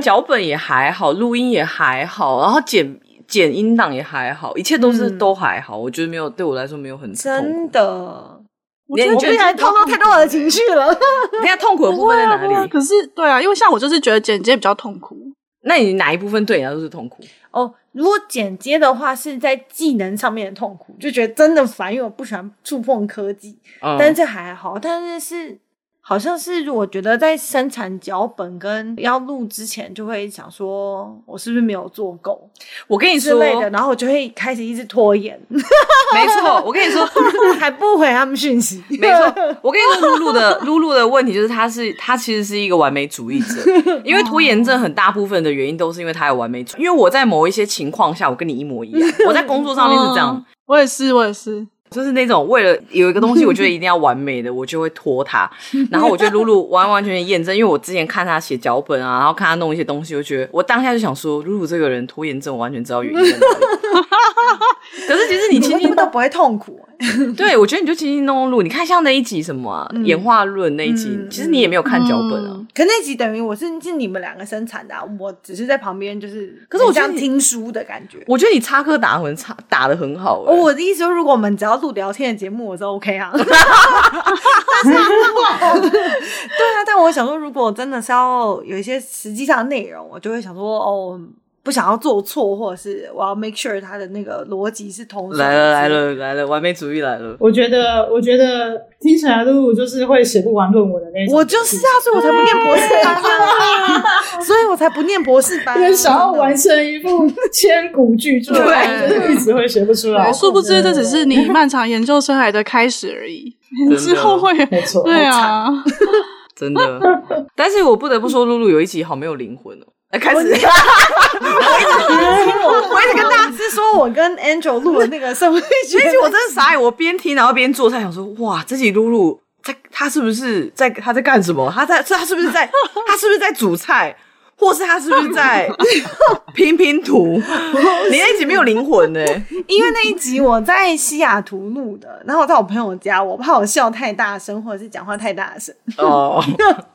Speaker 1: 脚本也还好，录音也还好，然后剪剪音档也还好，一切都是
Speaker 4: 嗯
Speaker 1: 都还好。我觉得没有对我来说没有很痛苦。
Speaker 4: 真的，
Speaker 1: 你
Speaker 4: 我
Speaker 1: 你觉
Speaker 4: 竟
Speaker 1: 得
Speaker 4: 然套到太多我的情绪了。
Speaker 1: 人家痛苦的部分在哪
Speaker 2: 对啊
Speaker 1: 里？
Speaker 2: 可是对啊，因为像我就是觉得剪接比较痛苦，
Speaker 1: 那你哪一部分对你来说是痛苦？
Speaker 4: 哦，如果剪接的话是在技能上面的痛苦，就觉得真的烦，因为我不喜欢触碰科技。
Speaker 1: 嗯
Speaker 4: 但是这还好，但是是好像是我觉得在生产脚本跟要录之前，就会想说我是不是没有做够
Speaker 1: 我跟你
Speaker 4: 之
Speaker 1: 说，
Speaker 4: 类的，然后我就会开始一直拖延，
Speaker 1: 没错，我跟你说，
Speaker 4: 还不回他们讯息。
Speaker 1: 没 错，我跟你说，露露的露露的问题就是，她是她其实是一个完美主义者， 因为拖延症很大部分的原因都是因为她有完美主义。因为我在某一些情况下，我跟你一模一 样，我在工作上面是这样，
Speaker 2: 啊我也是，我也是，
Speaker 1: 就是那种为了有一个东西，我觉得一定要完美的，我就会拖 沓。然后我觉得露露完完全全验证，因为我之前看她写脚本啊，然后看她弄一些东西，我觉得我当下就想说，露露这个人拖延症，我完全知道原因在哪里。 可是其实你
Speaker 4: 你
Speaker 1: 轻
Speaker 4: 们
Speaker 1: 轻
Speaker 4: 都不会痛苦、啊
Speaker 1: 对，我觉得你就轻轻弄弄录，你看像那一集什么、啊演化论那一集，
Speaker 4: 嗯
Speaker 1: 其实你也没有看脚本啊。
Speaker 2: 嗯
Speaker 4: 可那集等于我是是你们两个生产的、啊，我只是在旁边就是，
Speaker 1: 可是我觉得
Speaker 4: 像
Speaker 1: 你
Speaker 4: 听书的感觉。
Speaker 1: 我觉得你插科打诨插打的很好、欸，
Speaker 4: 哦，我的意思说，如果我们只要录聊天的节目，我是 OK 啊。但是对啊，但我想说，如果真的是要有一些实际上的内容，我就会想说，哦，不想要做错，或者是我要 make sure 它的那个逻辑是通顺的
Speaker 1: 来了来，了来了，完美主义来 了。
Speaker 3: 我觉得，我觉得听起来露露就是会写不完论文的那种。
Speaker 4: 我就是啊，所以我才不念博士班 啊，所以我才不念博士班啊、
Speaker 3: 人想要完成一部千古巨作，
Speaker 2: 对
Speaker 3: 就是一直会写不出来。
Speaker 2: 殊不知这只是你漫长研究生涯的开始而已，
Speaker 1: 的
Speaker 2: 之后会。
Speaker 3: 没错，
Speaker 2: 对啊，
Speaker 1: 真的。但是我不得不说，露露有一集好没有灵魂哦。哎，开始，
Speaker 4: 我一直跟大家是说我跟 Angel 录的那个社会 学
Speaker 1: 那集我真的傻眼，我边听然后边做菜，想说哇，这集露露在她是不是在她在干什么？她在是她是不是在她是不是在煮菜？或是她是不是在拼拼图？你那集没有灵魂呢、
Speaker 4: 因为那一集我在西雅图录的，然后我在我朋友家，我怕我笑太大声或者是讲话太大声，
Speaker 1: 哦，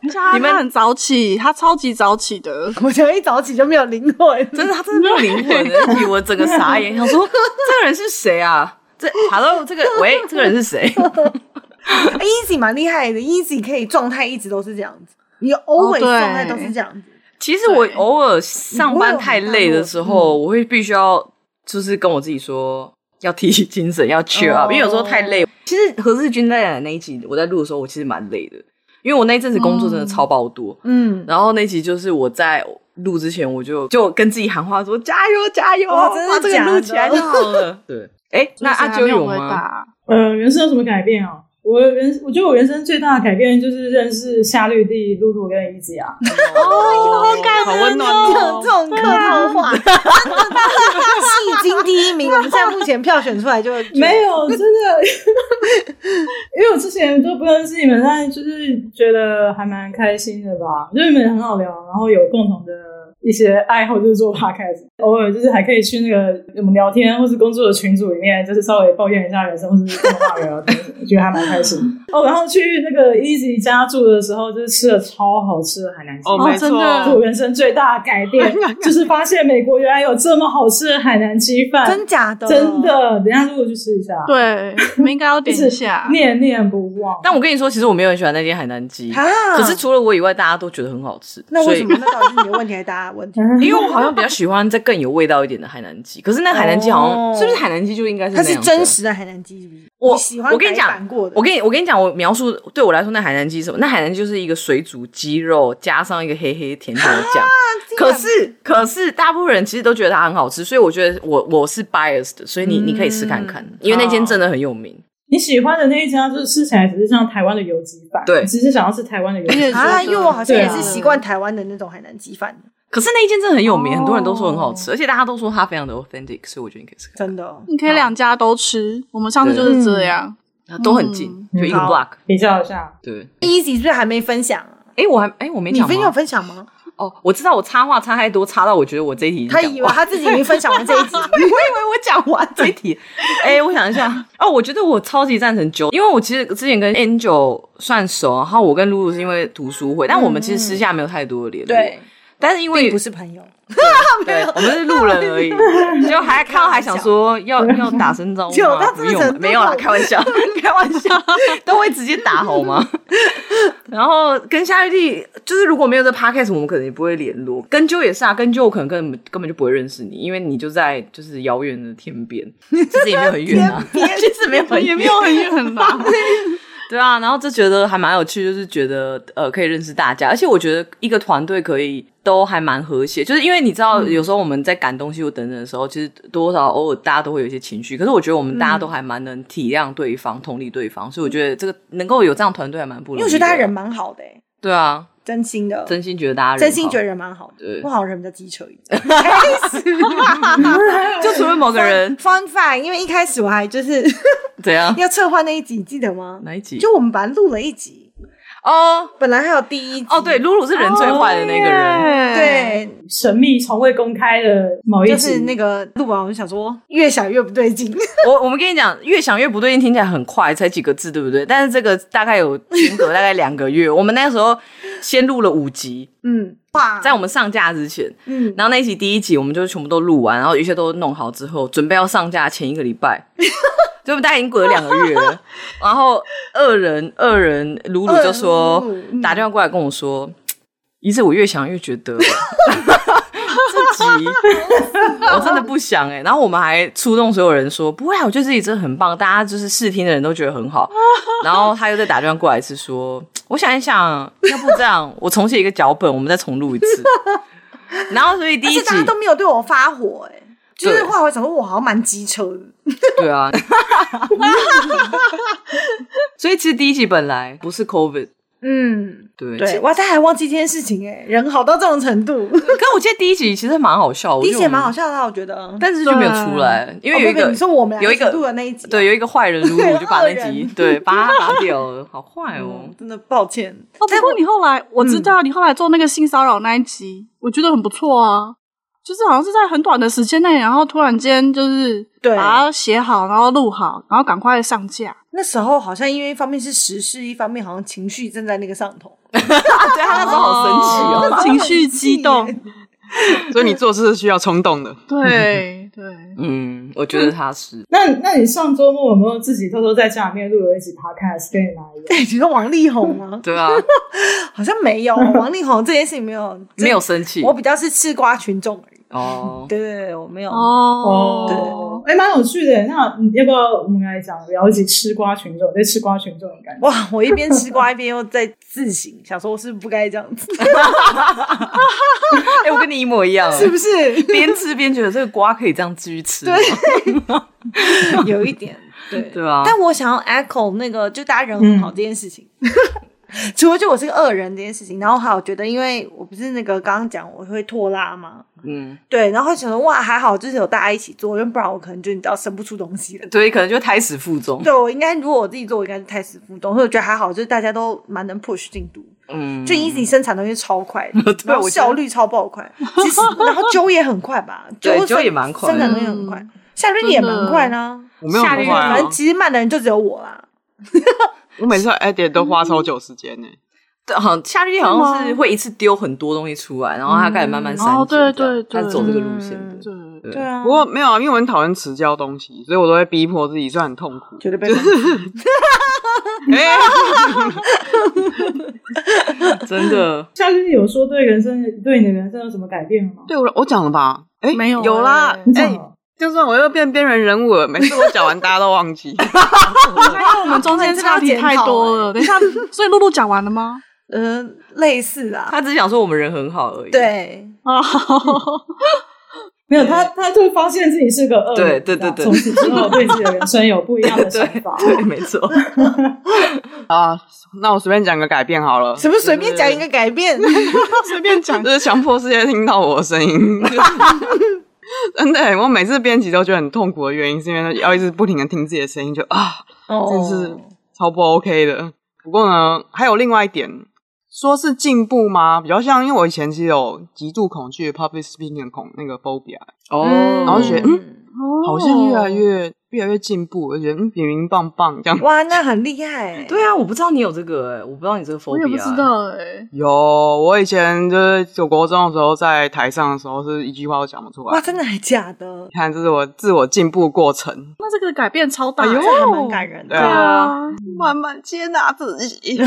Speaker 2: 而且他
Speaker 1: 你们
Speaker 2: 他很早起，他超级早起的，
Speaker 4: 我就一早起就没有灵魂。
Speaker 1: 真的，他真的没有灵魂的，那集我整个傻眼，想说这个人是谁啊？这 Hello，这个喂，这个人是谁？
Speaker 4: Easy 蛮厉害的，Easy 可以状态一直都是这样子，你 always
Speaker 2: 哦对
Speaker 4: 状态都是这样子。
Speaker 1: 其实我偶尔上班太累的时候，我
Speaker 4: 嗯
Speaker 1: 会必须要就是跟我自己说要提起精神，要 cheer up，、
Speaker 4: 哦
Speaker 1: 因为有时候太累。其实何日君在那一集我在录的时候，我其实蛮累的，因为我那一阵子工作真的超爆多。
Speaker 4: 嗯，
Speaker 1: 然后那集就是我在录之前，我就就跟自己喊话说加油加油，
Speaker 4: 哦真的
Speaker 1: 把这
Speaker 4: 假
Speaker 1: 个
Speaker 4: 的
Speaker 1: 录起来就好 了。对，哎，那阿
Speaker 2: 就
Speaker 1: 啾
Speaker 2: 是还没有
Speaker 1: 有
Speaker 2: 回
Speaker 1: 吗？
Speaker 2: 答？
Speaker 3: 呃，人生有什么改变啊？我人，我觉得我人生最大的改变就是认识夏绿蒂、露露跟伊吉啊。
Speaker 1: 哦，好感温暖
Speaker 4: 讲
Speaker 1: 哦
Speaker 4: 这。种客套话， 真的，戏精第一名，我们现在目前票选出来就
Speaker 3: 没有，真的，因为我之前都不认识你们，但就是觉得还蛮开心的吧，就是你们很好聊，然后有共同的一些爱好，就是做 podcast，偶尔就是还可以去那个我们聊天或是工作的群组里面，就是稍微抱怨一下人生，或是跟骂人聊天什么，觉得还蛮开心的。哦，然后去那个 Easy 家住的时候，就是吃了超好吃的海南鸡
Speaker 5: 哦，
Speaker 3: 饭。
Speaker 5: 没
Speaker 2: 真
Speaker 5: 错，哎
Speaker 2: 的
Speaker 3: 是我人生最大的改 变，就是发现美国原来有这么好吃的海南鸡饭，
Speaker 4: 真假的，
Speaker 3: 真。的，等一下如果去吃一下，。
Speaker 2: 对，你们应该要点一下
Speaker 3: 念念不忘。
Speaker 1: 但我跟你说，其实我没有很喜欢那间海南鸡，
Speaker 4: 啊！
Speaker 1: 可是除了我以外，大家都觉得很好吃。
Speaker 4: 那
Speaker 1: 所
Speaker 4: 为
Speaker 1: 以
Speaker 4: 什么？那到底是你的问题还是大家的问题？
Speaker 1: 因为我好像比较喜欢再更有味道一点的海南鸡，可是那海南鸡好像、
Speaker 4: 哦
Speaker 1: 是不是海南鸡就应该是
Speaker 4: 它
Speaker 1: 那
Speaker 4: 是
Speaker 1: 样子啊
Speaker 4: 真。实的海南鸡，是不是？
Speaker 1: 我
Speaker 4: 你喜欢
Speaker 1: 我跟你讲
Speaker 4: 改版过的，
Speaker 1: 我跟你我跟你讲，我描述对我来说，那海南鸡是什么？那海南鸡就是一个水煮鸡肉加上一个黑黑甜甜的酱。
Speaker 4: 啊
Speaker 1: 可是可是大部分人其实都觉得
Speaker 4: 嗯
Speaker 1: 它很好吃，所以我觉得我我是 biased，的所以你、你可以试看看，因为那间真的很有名。
Speaker 3: 你喜欢的那一家，就是吃起来只是像台湾的油鸡饭，
Speaker 1: 对
Speaker 3: 你只是想要吃台湾的油
Speaker 2: 而且
Speaker 3: 鸡
Speaker 2: 对
Speaker 3: 饭。
Speaker 4: 啊，因为我好像
Speaker 3: 对
Speaker 4: 也
Speaker 3: 啊
Speaker 4: 是习惯台湾的那种海南鸡饭，
Speaker 1: 可是那一间真的很有名，
Speaker 2: 哦
Speaker 1: 很多人都说很好吃，而且大家都说它非常的 authentic，所以我觉得你可以吃看
Speaker 4: 真的。
Speaker 2: 你可以两家都吃，我们上次就是这样。
Speaker 1: 看，都很近，就一个
Speaker 4: 嗯好
Speaker 1: block。
Speaker 3: 比较一下，
Speaker 1: 对，
Speaker 4: Easy 是不是还没分享啊？
Speaker 1: 哎，我还哎我没
Speaker 4: 你
Speaker 1: 讲吗
Speaker 4: 分有分享吗？
Speaker 1: 哦，我知道我插话插太多，插到我觉得我这一题已经
Speaker 4: 他
Speaker 1: 讲
Speaker 4: 以为
Speaker 1: 完
Speaker 4: 他自己已经分享完这一 集，
Speaker 1: 我以为我讲完这一题， 哎、我想一下，哦，我觉得我超级赞成 j 因为我其实之前跟 Angel 算熟，然后我跟露露是因为读书会，但我们其实私下没有太多的联络，
Speaker 4: 对，
Speaker 1: 但是因为
Speaker 4: 并不是朋友。
Speaker 1: 对，我们是路人 而已，就还看到还想说要要打声招
Speaker 4: 就
Speaker 1: 呼吗
Speaker 4: 他？
Speaker 1: 不
Speaker 4: 真的
Speaker 1: 用
Speaker 4: 想
Speaker 1: 了，没有啦，开玩 笑，开玩笑， 都会直接打好吗？ 然后跟夏绿蒂，就是如果没有这 podcast，我们可能也不会联络。跟啾也是啊，跟啾我可能根本根本就不会认识你，因为你就在就是遥远的天边，其实也没有很远啊，其实没有 很
Speaker 2: 也
Speaker 1: 远
Speaker 2: 没。有很远啦，
Speaker 1: 对啊，然后就觉得还蛮有趣，就是觉得呃可以认识大家，而且我觉得一个团队可以都还蛮和谐，就是因为你知道，
Speaker 4: 嗯
Speaker 1: 有时候我们在赶东西或等等的时候，其实多少偶尔大家都会有一些情绪，可是我觉得我们大家都还蛮能体谅对方、同理对方，所以我觉得这个能够有这样的团队还蛮不容易
Speaker 4: 嗯因
Speaker 1: 的。
Speaker 4: 为我觉得他人蛮好的、欸，
Speaker 1: 对啊，
Speaker 4: 真心的，
Speaker 1: 真心觉得大家人
Speaker 4: 真心觉
Speaker 1: 得
Speaker 4: 得人蛮好的
Speaker 1: 对。
Speaker 4: 不好人比较机车一点。 开 始啦
Speaker 1: 就除了某个人
Speaker 4: Fun fact，因为一开始我还就是
Speaker 1: 怎样
Speaker 4: 要策划那一集，你记得吗？
Speaker 1: 哪一集
Speaker 4: 就我们把它录了一集，
Speaker 1: 哦
Speaker 4: 本来还有第一集
Speaker 1: 哦对，露露是人最坏的那个人，
Speaker 4: 对，
Speaker 3: 神秘从未公开的某一
Speaker 4: 就
Speaker 3: 集，
Speaker 4: 是那个录完我就想说，越想越不对劲，
Speaker 1: 我我们跟你讲，越想越不对劲，听起来很快，才几个字，对不对？但是这个大概有间隔大概两个月。我们那时候先录了五集，
Speaker 4: 嗯，哇，
Speaker 1: 在我们上架之前，
Speaker 4: 嗯，
Speaker 1: 然后那一集第一集我们就全部都录完，然后一切都弄好之后，准备要上架前一个礼 拜，就我们大概已经过了两个月了。然后二人二人鲁鲁就说
Speaker 4: 二人嗯鲁鲁
Speaker 1: 打电话过来跟我说，一次我越想越觉 得这集 我真的不想哎、然后我们还触动所有人说不会啊，我觉得自己真的很棒，大家就是试听的人都觉得很 好。然后他又再打电话过来一次说，我想一想，要不这样，我重写一个脚本，我们再重录一次。然后所以第
Speaker 4: 而
Speaker 1: 一
Speaker 4: 且
Speaker 1: 集
Speaker 4: 大家都没有对我发火、欸，哎，就是
Speaker 1: 对
Speaker 4: 后来我想说，我好像蛮机车的，
Speaker 1: 对啊， 所以其实第一集本来不是 COVID，
Speaker 4: 嗯，
Speaker 1: 对其
Speaker 4: 对，
Speaker 1: 实
Speaker 4: 哇，他还忘记这件事情、欸，哎，人好到这种程度，
Speaker 1: 可我记得第一集其实蛮好笑，我
Speaker 4: 第
Speaker 1: 觉
Speaker 4: 一
Speaker 1: 得
Speaker 4: 集也蛮
Speaker 1: 我
Speaker 4: 好
Speaker 1: 们，
Speaker 4: 笑的啊，我觉得，
Speaker 1: 但是就没有出来，因为
Speaker 4: 哦
Speaker 1: 有一
Speaker 4: 不不
Speaker 1: 个
Speaker 4: 你说我们俩
Speaker 1: 有一
Speaker 4: 一起
Speaker 1: 个
Speaker 4: 录的那一集啊，
Speaker 1: 对有一个坏人，如果
Speaker 4: 对
Speaker 1: 我就把
Speaker 4: 恶
Speaker 1: 那
Speaker 4: 人
Speaker 1: 集对把它拔掉了，好坏哦
Speaker 4: 嗯，。真的抱歉，
Speaker 2: 哦，不过你后来我知道，你后来做那个性骚扰那一集，我觉得很不错啊。就是好像是在很短的时间内，然后突然间就是
Speaker 4: 对
Speaker 2: 把它写好，然后录好，然后赶快上架。
Speaker 4: 那时候好像因为一方面是时事，一方面好像情绪正在那个上头，
Speaker 1: 对他那时候好生气哦，
Speaker 2: 哦，情绪激动，
Speaker 4: 欸
Speaker 5: 所以你做事是需要冲动的。
Speaker 2: 对对，
Speaker 1: 嗯，我觉得他是
Speaker 3: 那那你上周末有没有自己偷偷在家里面录了一集 podcast 跟你来一个？
Speaker 4: 哎，你说王力宏 吗？
Speaker 1: 对啊，
Speaker 4: 好像没有，王力宏这件事情没有，
Speaker 1: 没有生气
Speaker 4: 我比较是吃瓜群众而已。
Speaker 1: 哦。
Speaker 4: 对对对，我没有。
Speaker 2: 哦，，
Speaker 3: 哎，蛮有趣的。那你要不要我们来讲聊一集吃瓜群众？对吃瓜群众的感觉。
Speaker 4: 哇！我一边吃瓜一边又在自省，想说我是不是不该这样子，
Speaker 1: 哎，我跟你一模一样，
Speaker 4: 是不是？
Speaker 1: 边吃边觉得这个瓜可以这样继续吃吗，
Speaker 4: 有一点，对
Speaker 1: 对啊
Speaker 4: 但我想要 echo 那个，就大家人很好这件事情。 除了就我是个恶人这件事情，然后还有觉得，因为我不是那个刚刚讲我会拖拉吗？
Speaker 1: 嗯，
Speaker 4: 对，然后想说哇，还好就是有大家一起做，因为不然我可能就你知道生不出东西了。
Speaker 1: 所以可能就胎死腹中，
Speaker 4: 对我应该，如果我自己做，我应该是胎死腹中，所以我觉得还好，就是大家都蛮能 push 进度，
Speaker 1: 嗯，
Speaker 4: 就 easy 生产东西超快的
Speaker 1: 对
Speaker 4: 然后
Speaker 1: 我觉得
Speaker 4: 效率超爆快，其 实然后揪也很快吧，
Speaker 1: 对
Speaker 4: 揪
Speaker 1: 揪
Speaker 4: 生
Speaker 1: 也蛮快的
Speaker 4: 生产东西很
Speaker 5: 嗯
Speaker 4: 快，夏绿蒂也蛮快呢，
Speaker 5: 我没有
Speaker 1: 夏
Speaker 5: 很
Speaker 1: 绿
Speaker 5: 快
Speaker 4: 反
Speaker 5: 啊
Speaker 4: 正，其实慢的人就只有我啦，
Speaker 5: 我每次 edit 都花超久时间呢、
Speaker 1: 对，好像夏绿蒂好像是会一次丢很多东西出来，然后他开始慢慢删减
Speaker 2: 哦
Speaker 1: 这样。
Speaker 2: 对对对
Speaker 1: 他是走这个路线的。
Speaker 2: 对，
Speaker 1: 对
Speaker 4: 对啊，
Speaker 5: 不过没有啊，因为我很讨厌迟交东西，所以我都会逼迫自己，虽然很痛 苦。
Speaker 4: 绝 对被封
Speaker 5: 哎、
Speaker 1: 真的，
Speaker 3: 夏日有说对人生对你的人生有什么改变了吗？
Speaker 5: 对我我讲了吧？哎、
Speaker 2: 没有
Speaker 5: 有啦
Speaker 2: 欸。
Speaker 3: 你
Speaker 5: 哎、
Speaker 3: 讲了。
Speaker 5: 就算我又变边缘人物了，每次我讲完大家都忘记。
Speaker 2: 我们中间差题太多了。等一下，所以露露讲完了吗？
Speaker 4: 呃，类似 啦，
Speaker 1: 他只是想说我们人很好而已。，
Speaker 4: 对，
Speaker 2: 啊，
Speaker 3: 没有他，他就发现自己是个恶人
Speaker 1: 对对对对
Speaker 3: 从此之后对自己的人生有不一样的想
Speaker 1: 对
Speaker 3: 法。
Speaker 1: 对，没错。
Speaker 5: 啊，那我随便讲个改变好了。
Speaker 1: 哦
Speaker 4: 什么随便讲一个改变？
Speaker 5: 随便讲，就是强迫世界听到我的声音。 就是真的欸，我每次编辑都觉得很痛苦的原因，是因为要一直不停的听自己的声音，就啊，
Speaker 3: 哦
Speaker 5: 真是超不 OK 的。不过呢，还有另外一点，说是进步吗？比较像，因为我以前其实有极度恐惧 public speaking 的恐那个 phobia，
Speaker 1: 哦，
Speaker 4: 嗯
Speaker 5: 然后觉得嗯好像越来
Speaker 2: 越。
Speaker 5: 越越来越进步，我觉得嗯，明明棒棒这样。
Speaker 4: 哇，那很厉害。
Speaker 1: 对啊，我不知道你有这个、欸，我不知道你这个 phobia，
Speaker 2: 我也不知道哎、
Speaker 5: 有，我以前就是我国中的时候，在台上的时候是一句话都讲不出
Speaker 4: 哇，
Speaker 5: 来。
Speaker 4: 真的还假的？
Speaker 5: 看，这是我自我进步过程，
Speaker 2: 那这个改变超大、
Speaker 5: 哎呦
Speaker 4: 这还蛮感人
Speaker 5: 对
Speaker 1: 哎
Speaker 4: 的。
Speaker 5: 啊，
Speaker 2: 啊，
Speaker 5: 慢慢接纳 自己。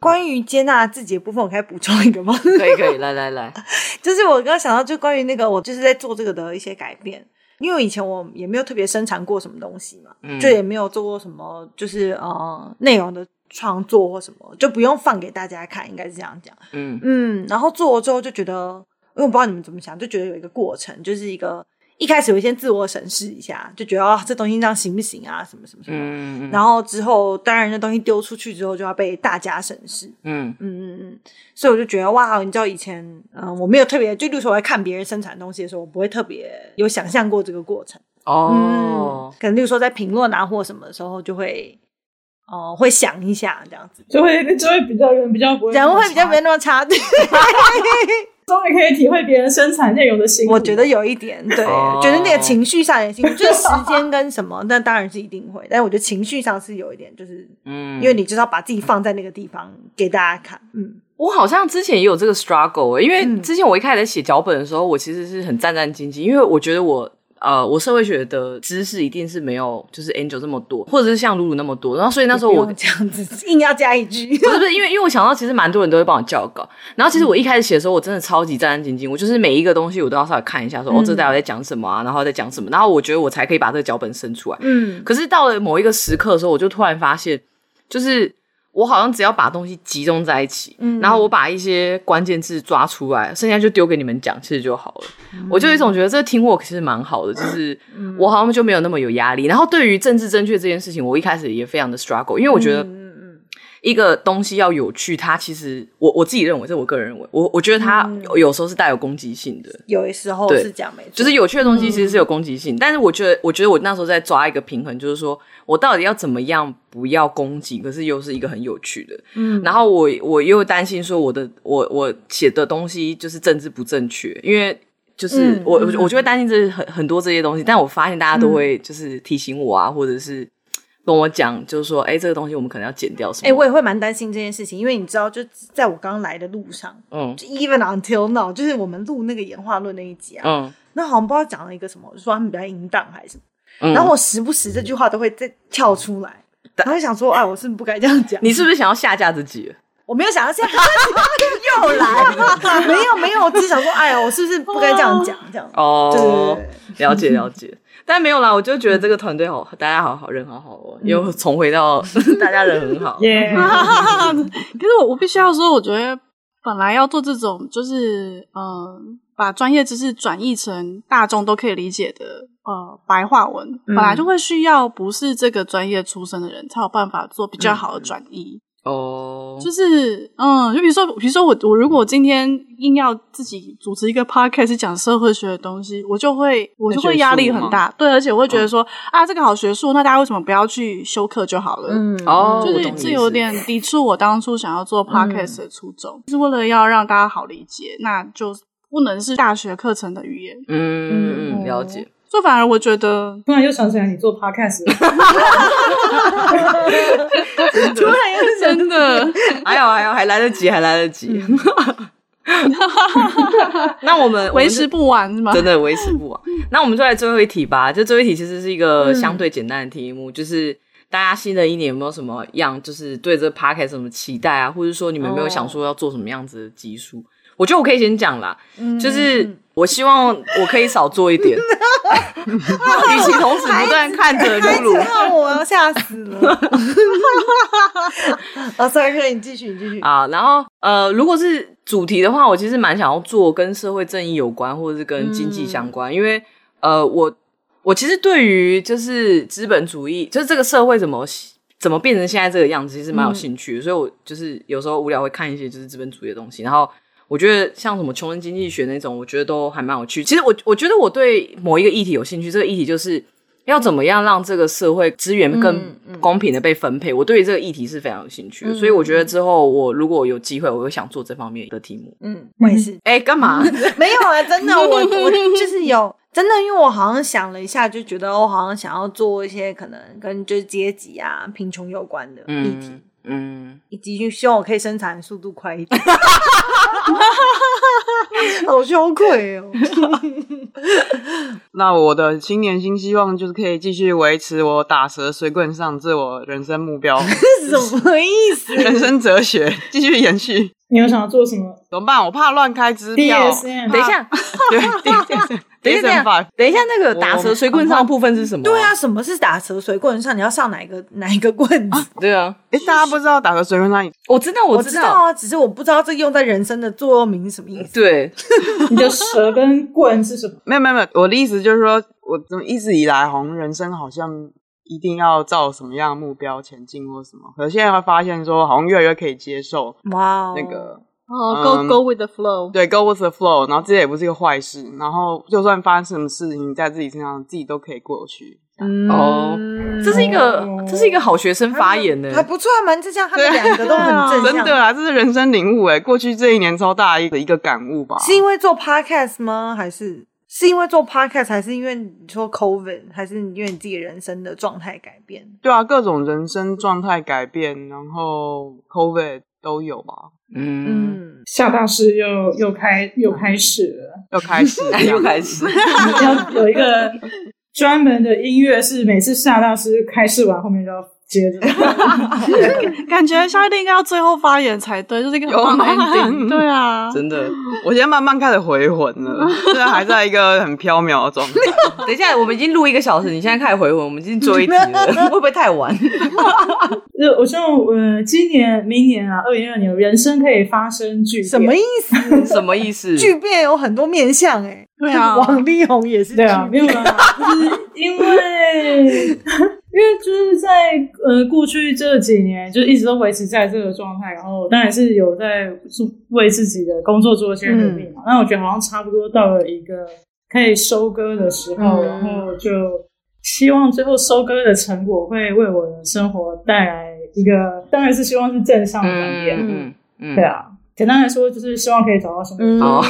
Speaker 4: 关于接纳自己的部分，我可以补充一个吗？
Speaker 1: 啊可以可以，来来来，
Speaker 4: 就是我刚刚想到，就关于那个我就是在做这个的一些改变，因为以前我也没有特别生产过什么东西嘛，
Speaker 1: 嗯
Speaker 4: 就也没有做过什么就是呃内容的创作或什么，就不用放给大家看，应该是这样讲。
Speaker 1: 嗯
Speaker 4: 嗯，然后做了之后就觉得，因为我不知道你们怎么想，就觉得有一个过程，就是一个一开始会先自我审视一下，就觉得啊这东西这样行不行啊，什么什么什么。
Speaker 1: 嗯嗯
Speaker 4: 然后之后，当然这东西丢出去之后就要被大家审视，
Speaker 1: 嗯
Speaker 4: 嗯嗯嗯，所以我就觉得哇，你知道以前，嗯、我没有特别，就例如说我在看别人生产东西的时候，我不会特别有想象过这个过程。
Speaker 1: 哦
Speaker 4: 嗯，，可能例如说在评论啊或什么的时候，就会，哦、会想一下这样子，
Speaker 3: 就会就会比较人比较不会
Speaker 4: 人会比较没那么 差。对，
Speaker 3: 终于可以体会别人生产内容的辛苦。
Speaker 4: 我觉得有一点，对，
Speaker 1: 哦
Speaker 4: 觉得那个情绪上也辛苦，就是时间跟什么，那当然是一定会，但我觉得情绪上是有一点，就是
Speaker 1: 嗯，
Speaker 4: 因为你就是要把自己放在那个地方给大家看，嗯，
Speaker 1: 我好像之前也有这个 struggle，、欸、因为
Speaker 4: 嗯
Speaker 1: 之前我一开始在写脚本的时候，我其实是很战战兢兢，因为我觉得我呃，我社会学的知识一定是没有就是 Angel 这么多，或者是像露露那么多。然后所以那时候
Speaker 4: 不
Speaker 1: 我
Speaker 4: 用这样子硬要加一句，
Speaker 1: 不是不是，因为因为我想到，其实蛮多人都会帮我校稿。然后其实我一开始写的时候，我真的超级战战兢兢，我就是每一个东西我都要稍微看一下说，哦，这待会在讲什么啊，然后在讲什么，然后我觉得我才可以把这个脚本生出来。
Speaker 4: 嗯，
Speaker 1: 可是到了某一个时刻的时候，我就突然发现，就是我好像只要把东西集中在一起，
Speaker 4: 嗯
Speaker 1: 然后我把一些关键字抓出来，剩下就丢给你们讲，其实就好了。
Speaker 4: 嗯
Speaker 1: 我就有一种觉得这个 teamwork 其实蛮好的，就是我好像就没有那么有压力。然后对于政治正确这件事情，我一开始也非常的 struggle，因为我觉得。
Speaker 4: 嗯嗯嗯。
Speaker 1: 一个东西要有趣，它其实我我自己认为，这是我个人认为，我我觉得它
Speaker 4: 嗯
Speaker 1: 有有时候是带有攻击性的，
Speaker 4: 有时候
Speaker 1: 对
Speaker 4: 是这样，没错，
Speaker 1: 就是有趣的东
Speaker 4: 嗯
Speaker 1: 西其实是有攻击性，但是我觉得，我觉得我那时候在抓一个平衡，就是说我到底要怎么样不要攻击，可是又是一个很有趣的。
Speaker 4: 嗯
Speaker 1: 然后我我又担心说我的我我写的东西就是政治不正确，因为就是
Speaker 4: 嗯
Speaker 1: 我、
Speaker 4: 嗯
Speaker 1: 我我就会担心这很很多这些东西，但我发现大家都会就是提醒我啊，或者是跟我讲，就是说哎、这个东西我们可能要剪掉什么。
Speaker 4: 哎、我也会蛮担心这件事情，因为你知道，就在我刚来的路上，
Speaker 1: 嗯
Speaker 4: 就 even until now，就是我们录那个演化论那一集啊，
Speaker 1: 嗯
Speaker 4: 那好像不知道讲了一个什么，我就说他们比较淫荡还是什么，
Speaker 1: 嗯，
Speaker 4: 然后我时不时这句话都会再跳出来，
Speaker 1: 但
Speaker 4: 然后就想说，哎，我是不是不该这样讲，
Speaker 1: 你是不是想要下架自己了？
Speaker 4: 我没有想 到现在又来， 没有没有，我只是想说，哎呀，我是不是不该这样讲，这样，
Speaker 1: 哦
Speaker 4: 对对对对
Speaker 1: 了解了解， 但没有啦，我就觉得这个团队好，大家好好人好好哦，
Speaker 2: 嗯
Speaker 1: 又重回到 大家人很 好。
Speaker 3: 耶，
Speaker 2: 可是我我必须要说，我觉得本来要做这种就是呃，把专业知识转译成大众都可以理解的呃白话文，
Speaker 5: 嗯
Speaker 2: 本来就会需要不是这个专业出身的人才有办法做比较好的转
Speaker 5: 嗯
Speaker 2: 译。
Speaker 1: 哦，
Speaker 2: 就是嗯，就比如说，比如说我我如果今天硬要自己主持一个 podcast 讲社会学的东西，我就会我就会压力很大，对，而且我会觉得说、啊，这个好学术，那大家为什么不要去修课就好了？
Speaker 4: 嗯，
Speaker 1: 哦，
Speaker 2: 就
Speaker 1: 我
Speaker 2: 是
Speaker 1: 懂你
Speaker 2: 这
Speaker 1: 意
Speaker 2: 有
Speaker 1: 思嗯
Speaker 2: 点抵触我当初想要做 podcast 的初衷，是为了要让大家好理解，那就不能是大学课程的语言。
Speaker 1: 嗯嗯，了解。
Speaker 2: 所以反而我觉得
Speaker 3: 突然又想起来你做 podcast，
Speaker 4: 突然又想
Speaker 2: 真的
Speaker 1: 还有哎还有，还来得及，还来得及。
Speaker 2: 嗯
Speaker 1: 那我们
Speaker 2: 为时不晚是吗？
Speaker 1: 真的维持不完。那我们就来最后一题吧。就最后一题其实是一个相对简单的题目，就是大家新的一年有没有什么样，就是对这 p a r k 什么期待啊，或者说你们有没有想说要做什么样子的集数？我觉得我可以先讲啦，就是我希望我可以少做一点，与其同时不断看着露露。
Speaker 4: 看哦我要吓死 了！啊，帅哥，你继续，你继续。
Speaker 1: 啊，然后呃，如果是主题的话，我其实蛮想要做跟社会正义有关，或者是跟经济相关，因为呃，我我其实对于就是资本主义，就是这个社会怎么怎么变成现在这个样子，其实蛮有兴趣的。所以我就是有时候无聊会看一些就是资本主义的东西，然后我觉得像什么穷人经济学那种，我觉得都还蛮有趣。其实我我觉得我对某一个议题有兴趣，这个议题就是。要怎么样让这个社会资源更公平的被分配？我对于这个议题是非常有兴趣的，所以我觉得之后我如果有机会，我会想做这方面的题目。
Speaker 4: 嗯，我也是，
Speaker 1: 哎，干嘛？
Speaker 4: 没有啊，真的，我我就是有真的，因为我好像想了一下，就觉得我好像想要做一些可能跟就是阶级啊、贫穷有关的议题，
Speaker 1: 嗯嗯，
Speaker 4: 以及希望我可以生产速度快一点。 好羞愧哦！
Speaker 5: 那我的新年新希望就是可以继续维持我打蛇随棍上，这我人生目标、
Speaker 4: 这是什么意思？
Speaker 5: 人生哲学，继续延续。
Speaker 3: 你有想要做什么
Speaker 5: 怎么办？我怕乱开支票。
Speaker 3: DSM？
Speaker 1: 等一下，
Speaker 5: 对，DSM，
Speaker 1: 等一下，
Speaker 5: DSM
Speaker 1: 等一下，那个打蛇随棍上的部分是什么？
Speaker 4: 对啊，，什么是打蛇随棍上？你要上哪一个哪一个棍子？
Speaker 1: 对啊，
Speaker 5: 哎，大家不知道打蛇随棍上
Speaker 1: 我知道，
Speaker 4: 我
Speaker 1: 知
Speaker 4: 知道，啊，只是我不知道这用在人生的座右铭是什么意思。
Speaker 1: 对，
Speaker 3: 你的蛇跟棍是什么？
Speaker 5: 没有没有没有，我的意思就是说，我怎么一直以来好像人生好像一定要照什么样的目标前进或什么，可是现在会发现说，好像越来越可以接受
Speaker 4: 哇哦，
Speaker 5: 那个
Speaker 2: 哦、
Speaker 5: 嗯
Speaker 2: g o go with the flow，
Speaker 5: 对，go with the flow，然后这也不是一个坏事，然后就算发生什么事情在自己身上，自己都可以过去。
Speaker 4: 嗯
Speaker 1: 哦这是一个，这是一个好学生发言呢。
Speaker 4: 还不错啊，蛮正向，他们
Speaker 5: 对
Speaker 4: 两个都很正
Speaker 5: 真
Speaker 4: 向。
Speaker 5: 的啊，这是人生领悟哎，过去这一年超大一个一个感悟吧。
Speaker 4: 是因为做 podcast 吗？还是是因为做 podcast，还是因为你说 COVID，还是因为你自己人生的状态改变？
Speaker 5: 对啊，各种人生状态改变，然后 COVID 都有啊吧，
Speaker 1: 嗯，
Speaker 4: 嗯，
Speaker 3: 夏大师又又开又开始了，
Speaker 5: 又开始
Speaker 1: 又开始，
Speaker 3: 要有一个专门的音乐，是每次夏大师开始完后面就要接着。
Speaker 2: 感觉夏一应该要最后发言才对，就是一个
Speaker 5: 有
Speaker 2: 很棒的
Speaker 5: ending
Speaker 2: 对啊，
Speaker 1: 真 的。
Speaker 5: 我现在慢慢开始回魂了，现在还在一个很飘渺的状态。
Speaker 1: 等一下，我们已经录一个小时，你现在开始回魂，我们已经追一集了， 会不会太晚？
Speaker 3: 呃，我希望呃，今年、明年啊，二零二年，人生可以发生巨变。
Speaker 4: 什么意思？
Speaker 1: 什么意思？
Speaker 4: 巨变有很多面向哎、欸，
Speaker 2: 对啊，
Speaker 4: 王力宏也是
Speaker 3: 对啊，
Speaker 4: 巨
Speaker 3: 没有啦，就是因为 因为就是在呃过去这几年，就一直都维持在这个状态，然后当然是有在做为自己的工作做一些努力
Speaker 4: 嗯
Speaker 3: 嘛。那、我觉得好像差不多到了一个可以收割的时候，
Speaker 4: 嗯
Speaker 3: 然后就希望最后收割的成果会为我的生活带来一个，当然是希望是正向的改变。
Speaker 1: 嗯嗯
Speaker 3: 对，啊，简单来说就是希望可以找到什么。
Speaker 4: 嗯
Speaker 1: 好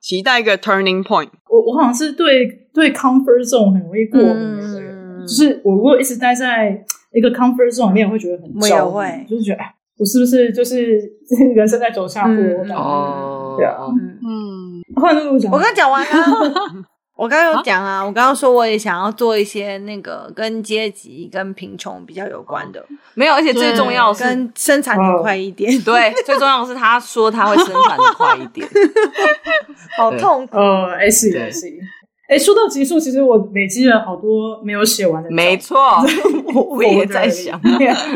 Speaker 5: 期待一个 turning point，
Speaker 3: 我我好像是对对 comfort zone 很容易过敏的人。
Speaker 4: 嗯
Speaker 3: 就是我如果一直待在一个 comfort zone 里面，我会觉得很
Speaker 4: 我也
Speaker 3: 焦虑，
Speaker 4: 会
Speaker 3: 就是觉得哎，我是不是就是 人生在走下坡？
Speaker 4: 嗯
Speaker 3: 然后
Speaker 1: 哦，
Speaker 3: 对啊
Speaker 2: 嗯，
Speaker 3: 换露露讲，
Speaker 4: 我刚讲完了。 我刚刚有讲啊，我刚刚说我也想要做一些那个跟阶级、跟贫穷比较有关的，
Speaker 1: 没有，而且最重要的是，
Speaker 4: 跟生产的快一点，
Speaker 1: 对，最重要的是他说他会生产的快一 点，
Speaker 4: 好痛苦。
Speaker 3: 哦，S
Speaker 1: 对
Speaker 3: S。哎，说到集数，其实我累积了好多没有写完的，
Speaker 1: 没， 错，我也在想，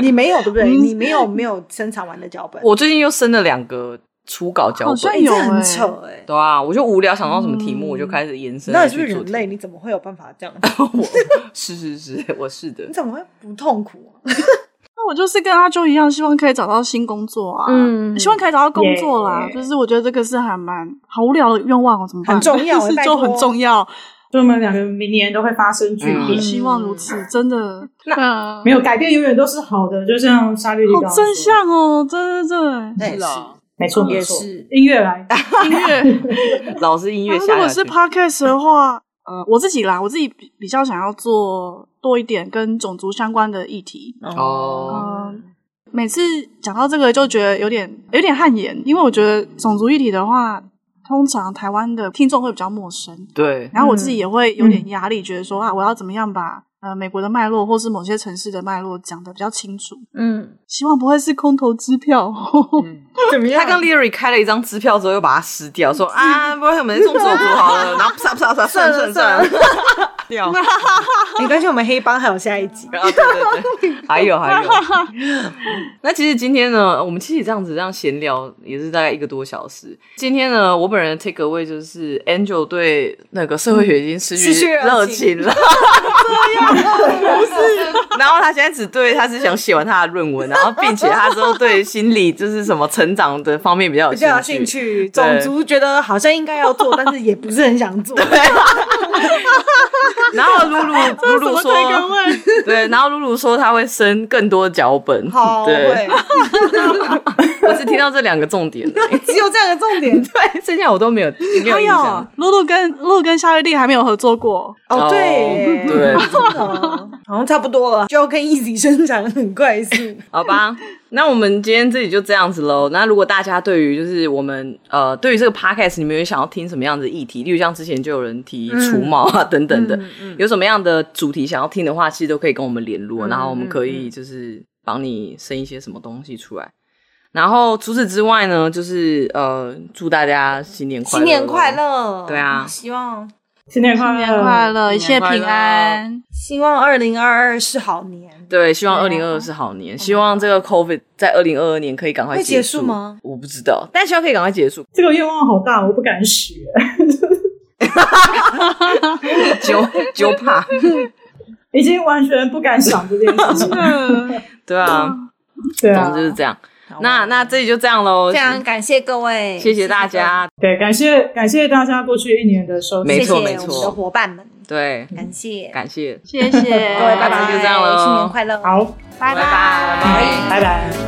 Speaker 4: 你没有对不对？你没有没有生产完的脚本，
Speaker 1: 我最近又生了两个初稿脚
Speaker 2: 好像
Speaker 1: 本，
Speaker 4: 哎
Speaker 2: 有
Speaker 4: 这很
Speaker 2: 哎
Speaker 4: 扯哎、
Speaker 1: 对啊，我就无聊想到什么题目，我就开始延伸
Speaker 4: 嗯那
Speaker 1: 了
Speaker 4: 你是不
Speaker 1: 去
Speaker 4: 是
Speaker 1: 做
Speaker 4: 人
Speaker 1: 题目。
Speaker 4: 类？你怎么会有办法这样？
Speaker 1: 我 是是是，我是的
Speaker 4: 你，怎么会不痛苦、 啊？
Speaker 2: 那我就是跟阿周一样，希望可以找到新工作啊，
Speaker 4: 嗯
Speaker 2: 希望可以找到工作啦。
Speaker 3: Yeah
Speaker 2: 就是我觉得这个是还蛮好无聊的愿望哦，怎么办？
Speaker 4: 很重 要欸
Speaker 2: 但是
Speaker 4: 拜
Speaker 2: 就
Speaker 4: 托
Speaker 2: 很重要，
Speaker 3: 所以我们两个明年都会发生巨
Speaker 1: 嗯
Speaker 3: 变。
Speaker 2: 希望如此，真的。那
Speaker 3: 没有改变，永远都是好的，就像沙律丽
Speaker 2: 好
Speaker 3: 刚刚说
Speaker 2: 正，向哦，真的
Speaker 4: 那也
Speaker 5: 是啊，
Speaker 3: 没错，
Speaker 4: 也
Speaker 3: 没错
Speaker 4: 是。
Speaker 3: 音乐来，
Speaker 2: 音 乐。
Speaker 1: 老师音乐
Speaker 2: 那
Speaker 1: 下
Speaker 2: 如果
Speaker 1: 下
Speaker 2: 是
Speaker 1: 去，
Speaker 2: podcast 的话，
Speaker 1: 嗯
Speaker 2: 呃，我自己啦，我自己比比较想要做多一点跟种族相关的议题。
Speaker 1: 哦
Speaker 2: 嗯，每次讲到这个就觉得有点有点汗颜，因为我觉得种族议题的话，通常台湾的听众会比较陌生，
Speaker 1: 对，
Speaker 2: 然后我自己也会有点压力，觉得
Speaker 1: 嗯
Speaker 2: 说啊，我要怎么样把呃美国的脉络或是某些城市的脉络讲得比较清楚，
Speaker 4: 嗯，
Speaker 2: 希望不会是空头支票。
Speaker 4: 怎么样？
Speaker 1: 他 跟 Leary 开了一张支票之后，
Speaker 2: 啊
Speaker 1: 又把它撕掉，说啊，不然我们送手足好了，然后啪啪啪，算
Speaker 4: 算
Speaker 1: 了
Speaker 4: 了
Speaker 1: 算
Speaker 4: 算
Speaker 1: 了
Speaker 4: 了，
Speaker 5: 掉。
Speaker 4: 没关系，我们黑帮还有下 一集。
Speaker 1: 啊，对对 对，还有还有。那其实今天呢，我们其实这样子这样闲聊也是大概一个多小时。今天呢，我本人的 take away 就是 Angel 对那个社会学已经失
Speaker 4: 失去
Speaker 1: 去
Speaker 4: 热
Speaker 1: 热
Speaker 4: 情
Speaker 1: 情了，然后他现在只对他是想写完他的论文，然后并且他之后对心理就是什么成长的方面比较有
Speaker 4: 比较
Speaker 1: 兴
Speaker 4: 有啊兴
Speaker 1: 趣。
Speaker 4: 趣，种
Speaker 1: 对
Speaker 4: 族觉得好像应该要做，但是也不是很想 做。
Speaker 1: 然后露露露露说
Speaker 2: 这是什么 take away？
Speaker 1: 对，然后露露说她会生更多脚本，
Speaker 4: 好，
Speaker 1: 对
Speaker 4: 对，，
Speaker 1: 我只听到这两个重点而已
Speaker 4: 只有这样的重点。
Speaker 1: 对，剩下我都没有没有
Speaker 4: 哎
Speaker 1: 印象
Speaker 4: 呦。，
Speaker 2: 露露跟露露跟夏瑞丽还没有合作过，
Speaker 4: 哦，对
Speaker 1: 哦对
Speaker 4: 真的哦好像差不多了，就跟 Easy 生长很快速。
Speaker 1: 好吧， 那我们今天这里就这样子喽。那如果大家对于就是我们呃，对于这个 podcast 你们有想要听什么样的议题，例如像之前就有人提除毛啊、
Speaker 4: 嗯
Speaker 1: 等等的，有什么样的主题想要听的话，其实都可以跟我们联络，然后我们可以就是帮你生一些什么东西出来。然后除此之外呢，就是呃，祝大家新年快乐，
Speaker 4: 新年快！乐！
Speaker 1: 对啊
Speaker 4: 希望
Speaker 3: 新年快
Speaker 2: 新
Speaker 3: 乐，
Speaker 2: 年快乐，一
Speaker 1: 新年
Speaker 2: 切
Speaker 1: 快乐
Speaker 2: 平安。
Speaker 4: 希望二零二二是好年。
Speaker 1: 对，希望二零二二是好年，希望这个 COVID 在二零二二年可以赶快
Speaker 4: 会
Speaker 1: 结
Speaker 4: 结束吗？
Speaker 1: 我不知道，但希望可以赶快结 束。
Speaker 3: 这个愿望好大，我不敢许。
Speaker 1: 九九 怕。
Speaker 3: 已经完全不敢想这件事 情。
Speaker 1: 对啊，
Speaker 3: 对
Speaker 1: 总
Speaker 3: 啊
Speaker 1: 之，就是这样。那那这里就这样喽，
Speaker 4: 非常感谢各位，
Speaker 1: 谢谢大家。
Speaker 3: 对，感谢感谢大家过去一年的收听，
Speaker 1: 没
Speaker 4: 谢谢
Speaker 1: 错
Speaker 4: 我们
Speaker 1: 没
Speaker 4: 的
Speaker 1: 错
Speaker 4: 伙伴们，
Speaker 1: 对，
Speaker 4: 感谢
Speaker 1: 嗯感谢，
Speaker 2: 谢谢，各
Speaker 4: 各位，拜
Speaker 1: 那
Speaker 4: 拜，
Speaker 1: 就这样咯
Speaker 4: 新年快乐，
Speaker 3: 好，
Speaker 2: 拜
Speaker 1: 拜拜
Speaker 2: 拜。
Speaker 3: 拜拜。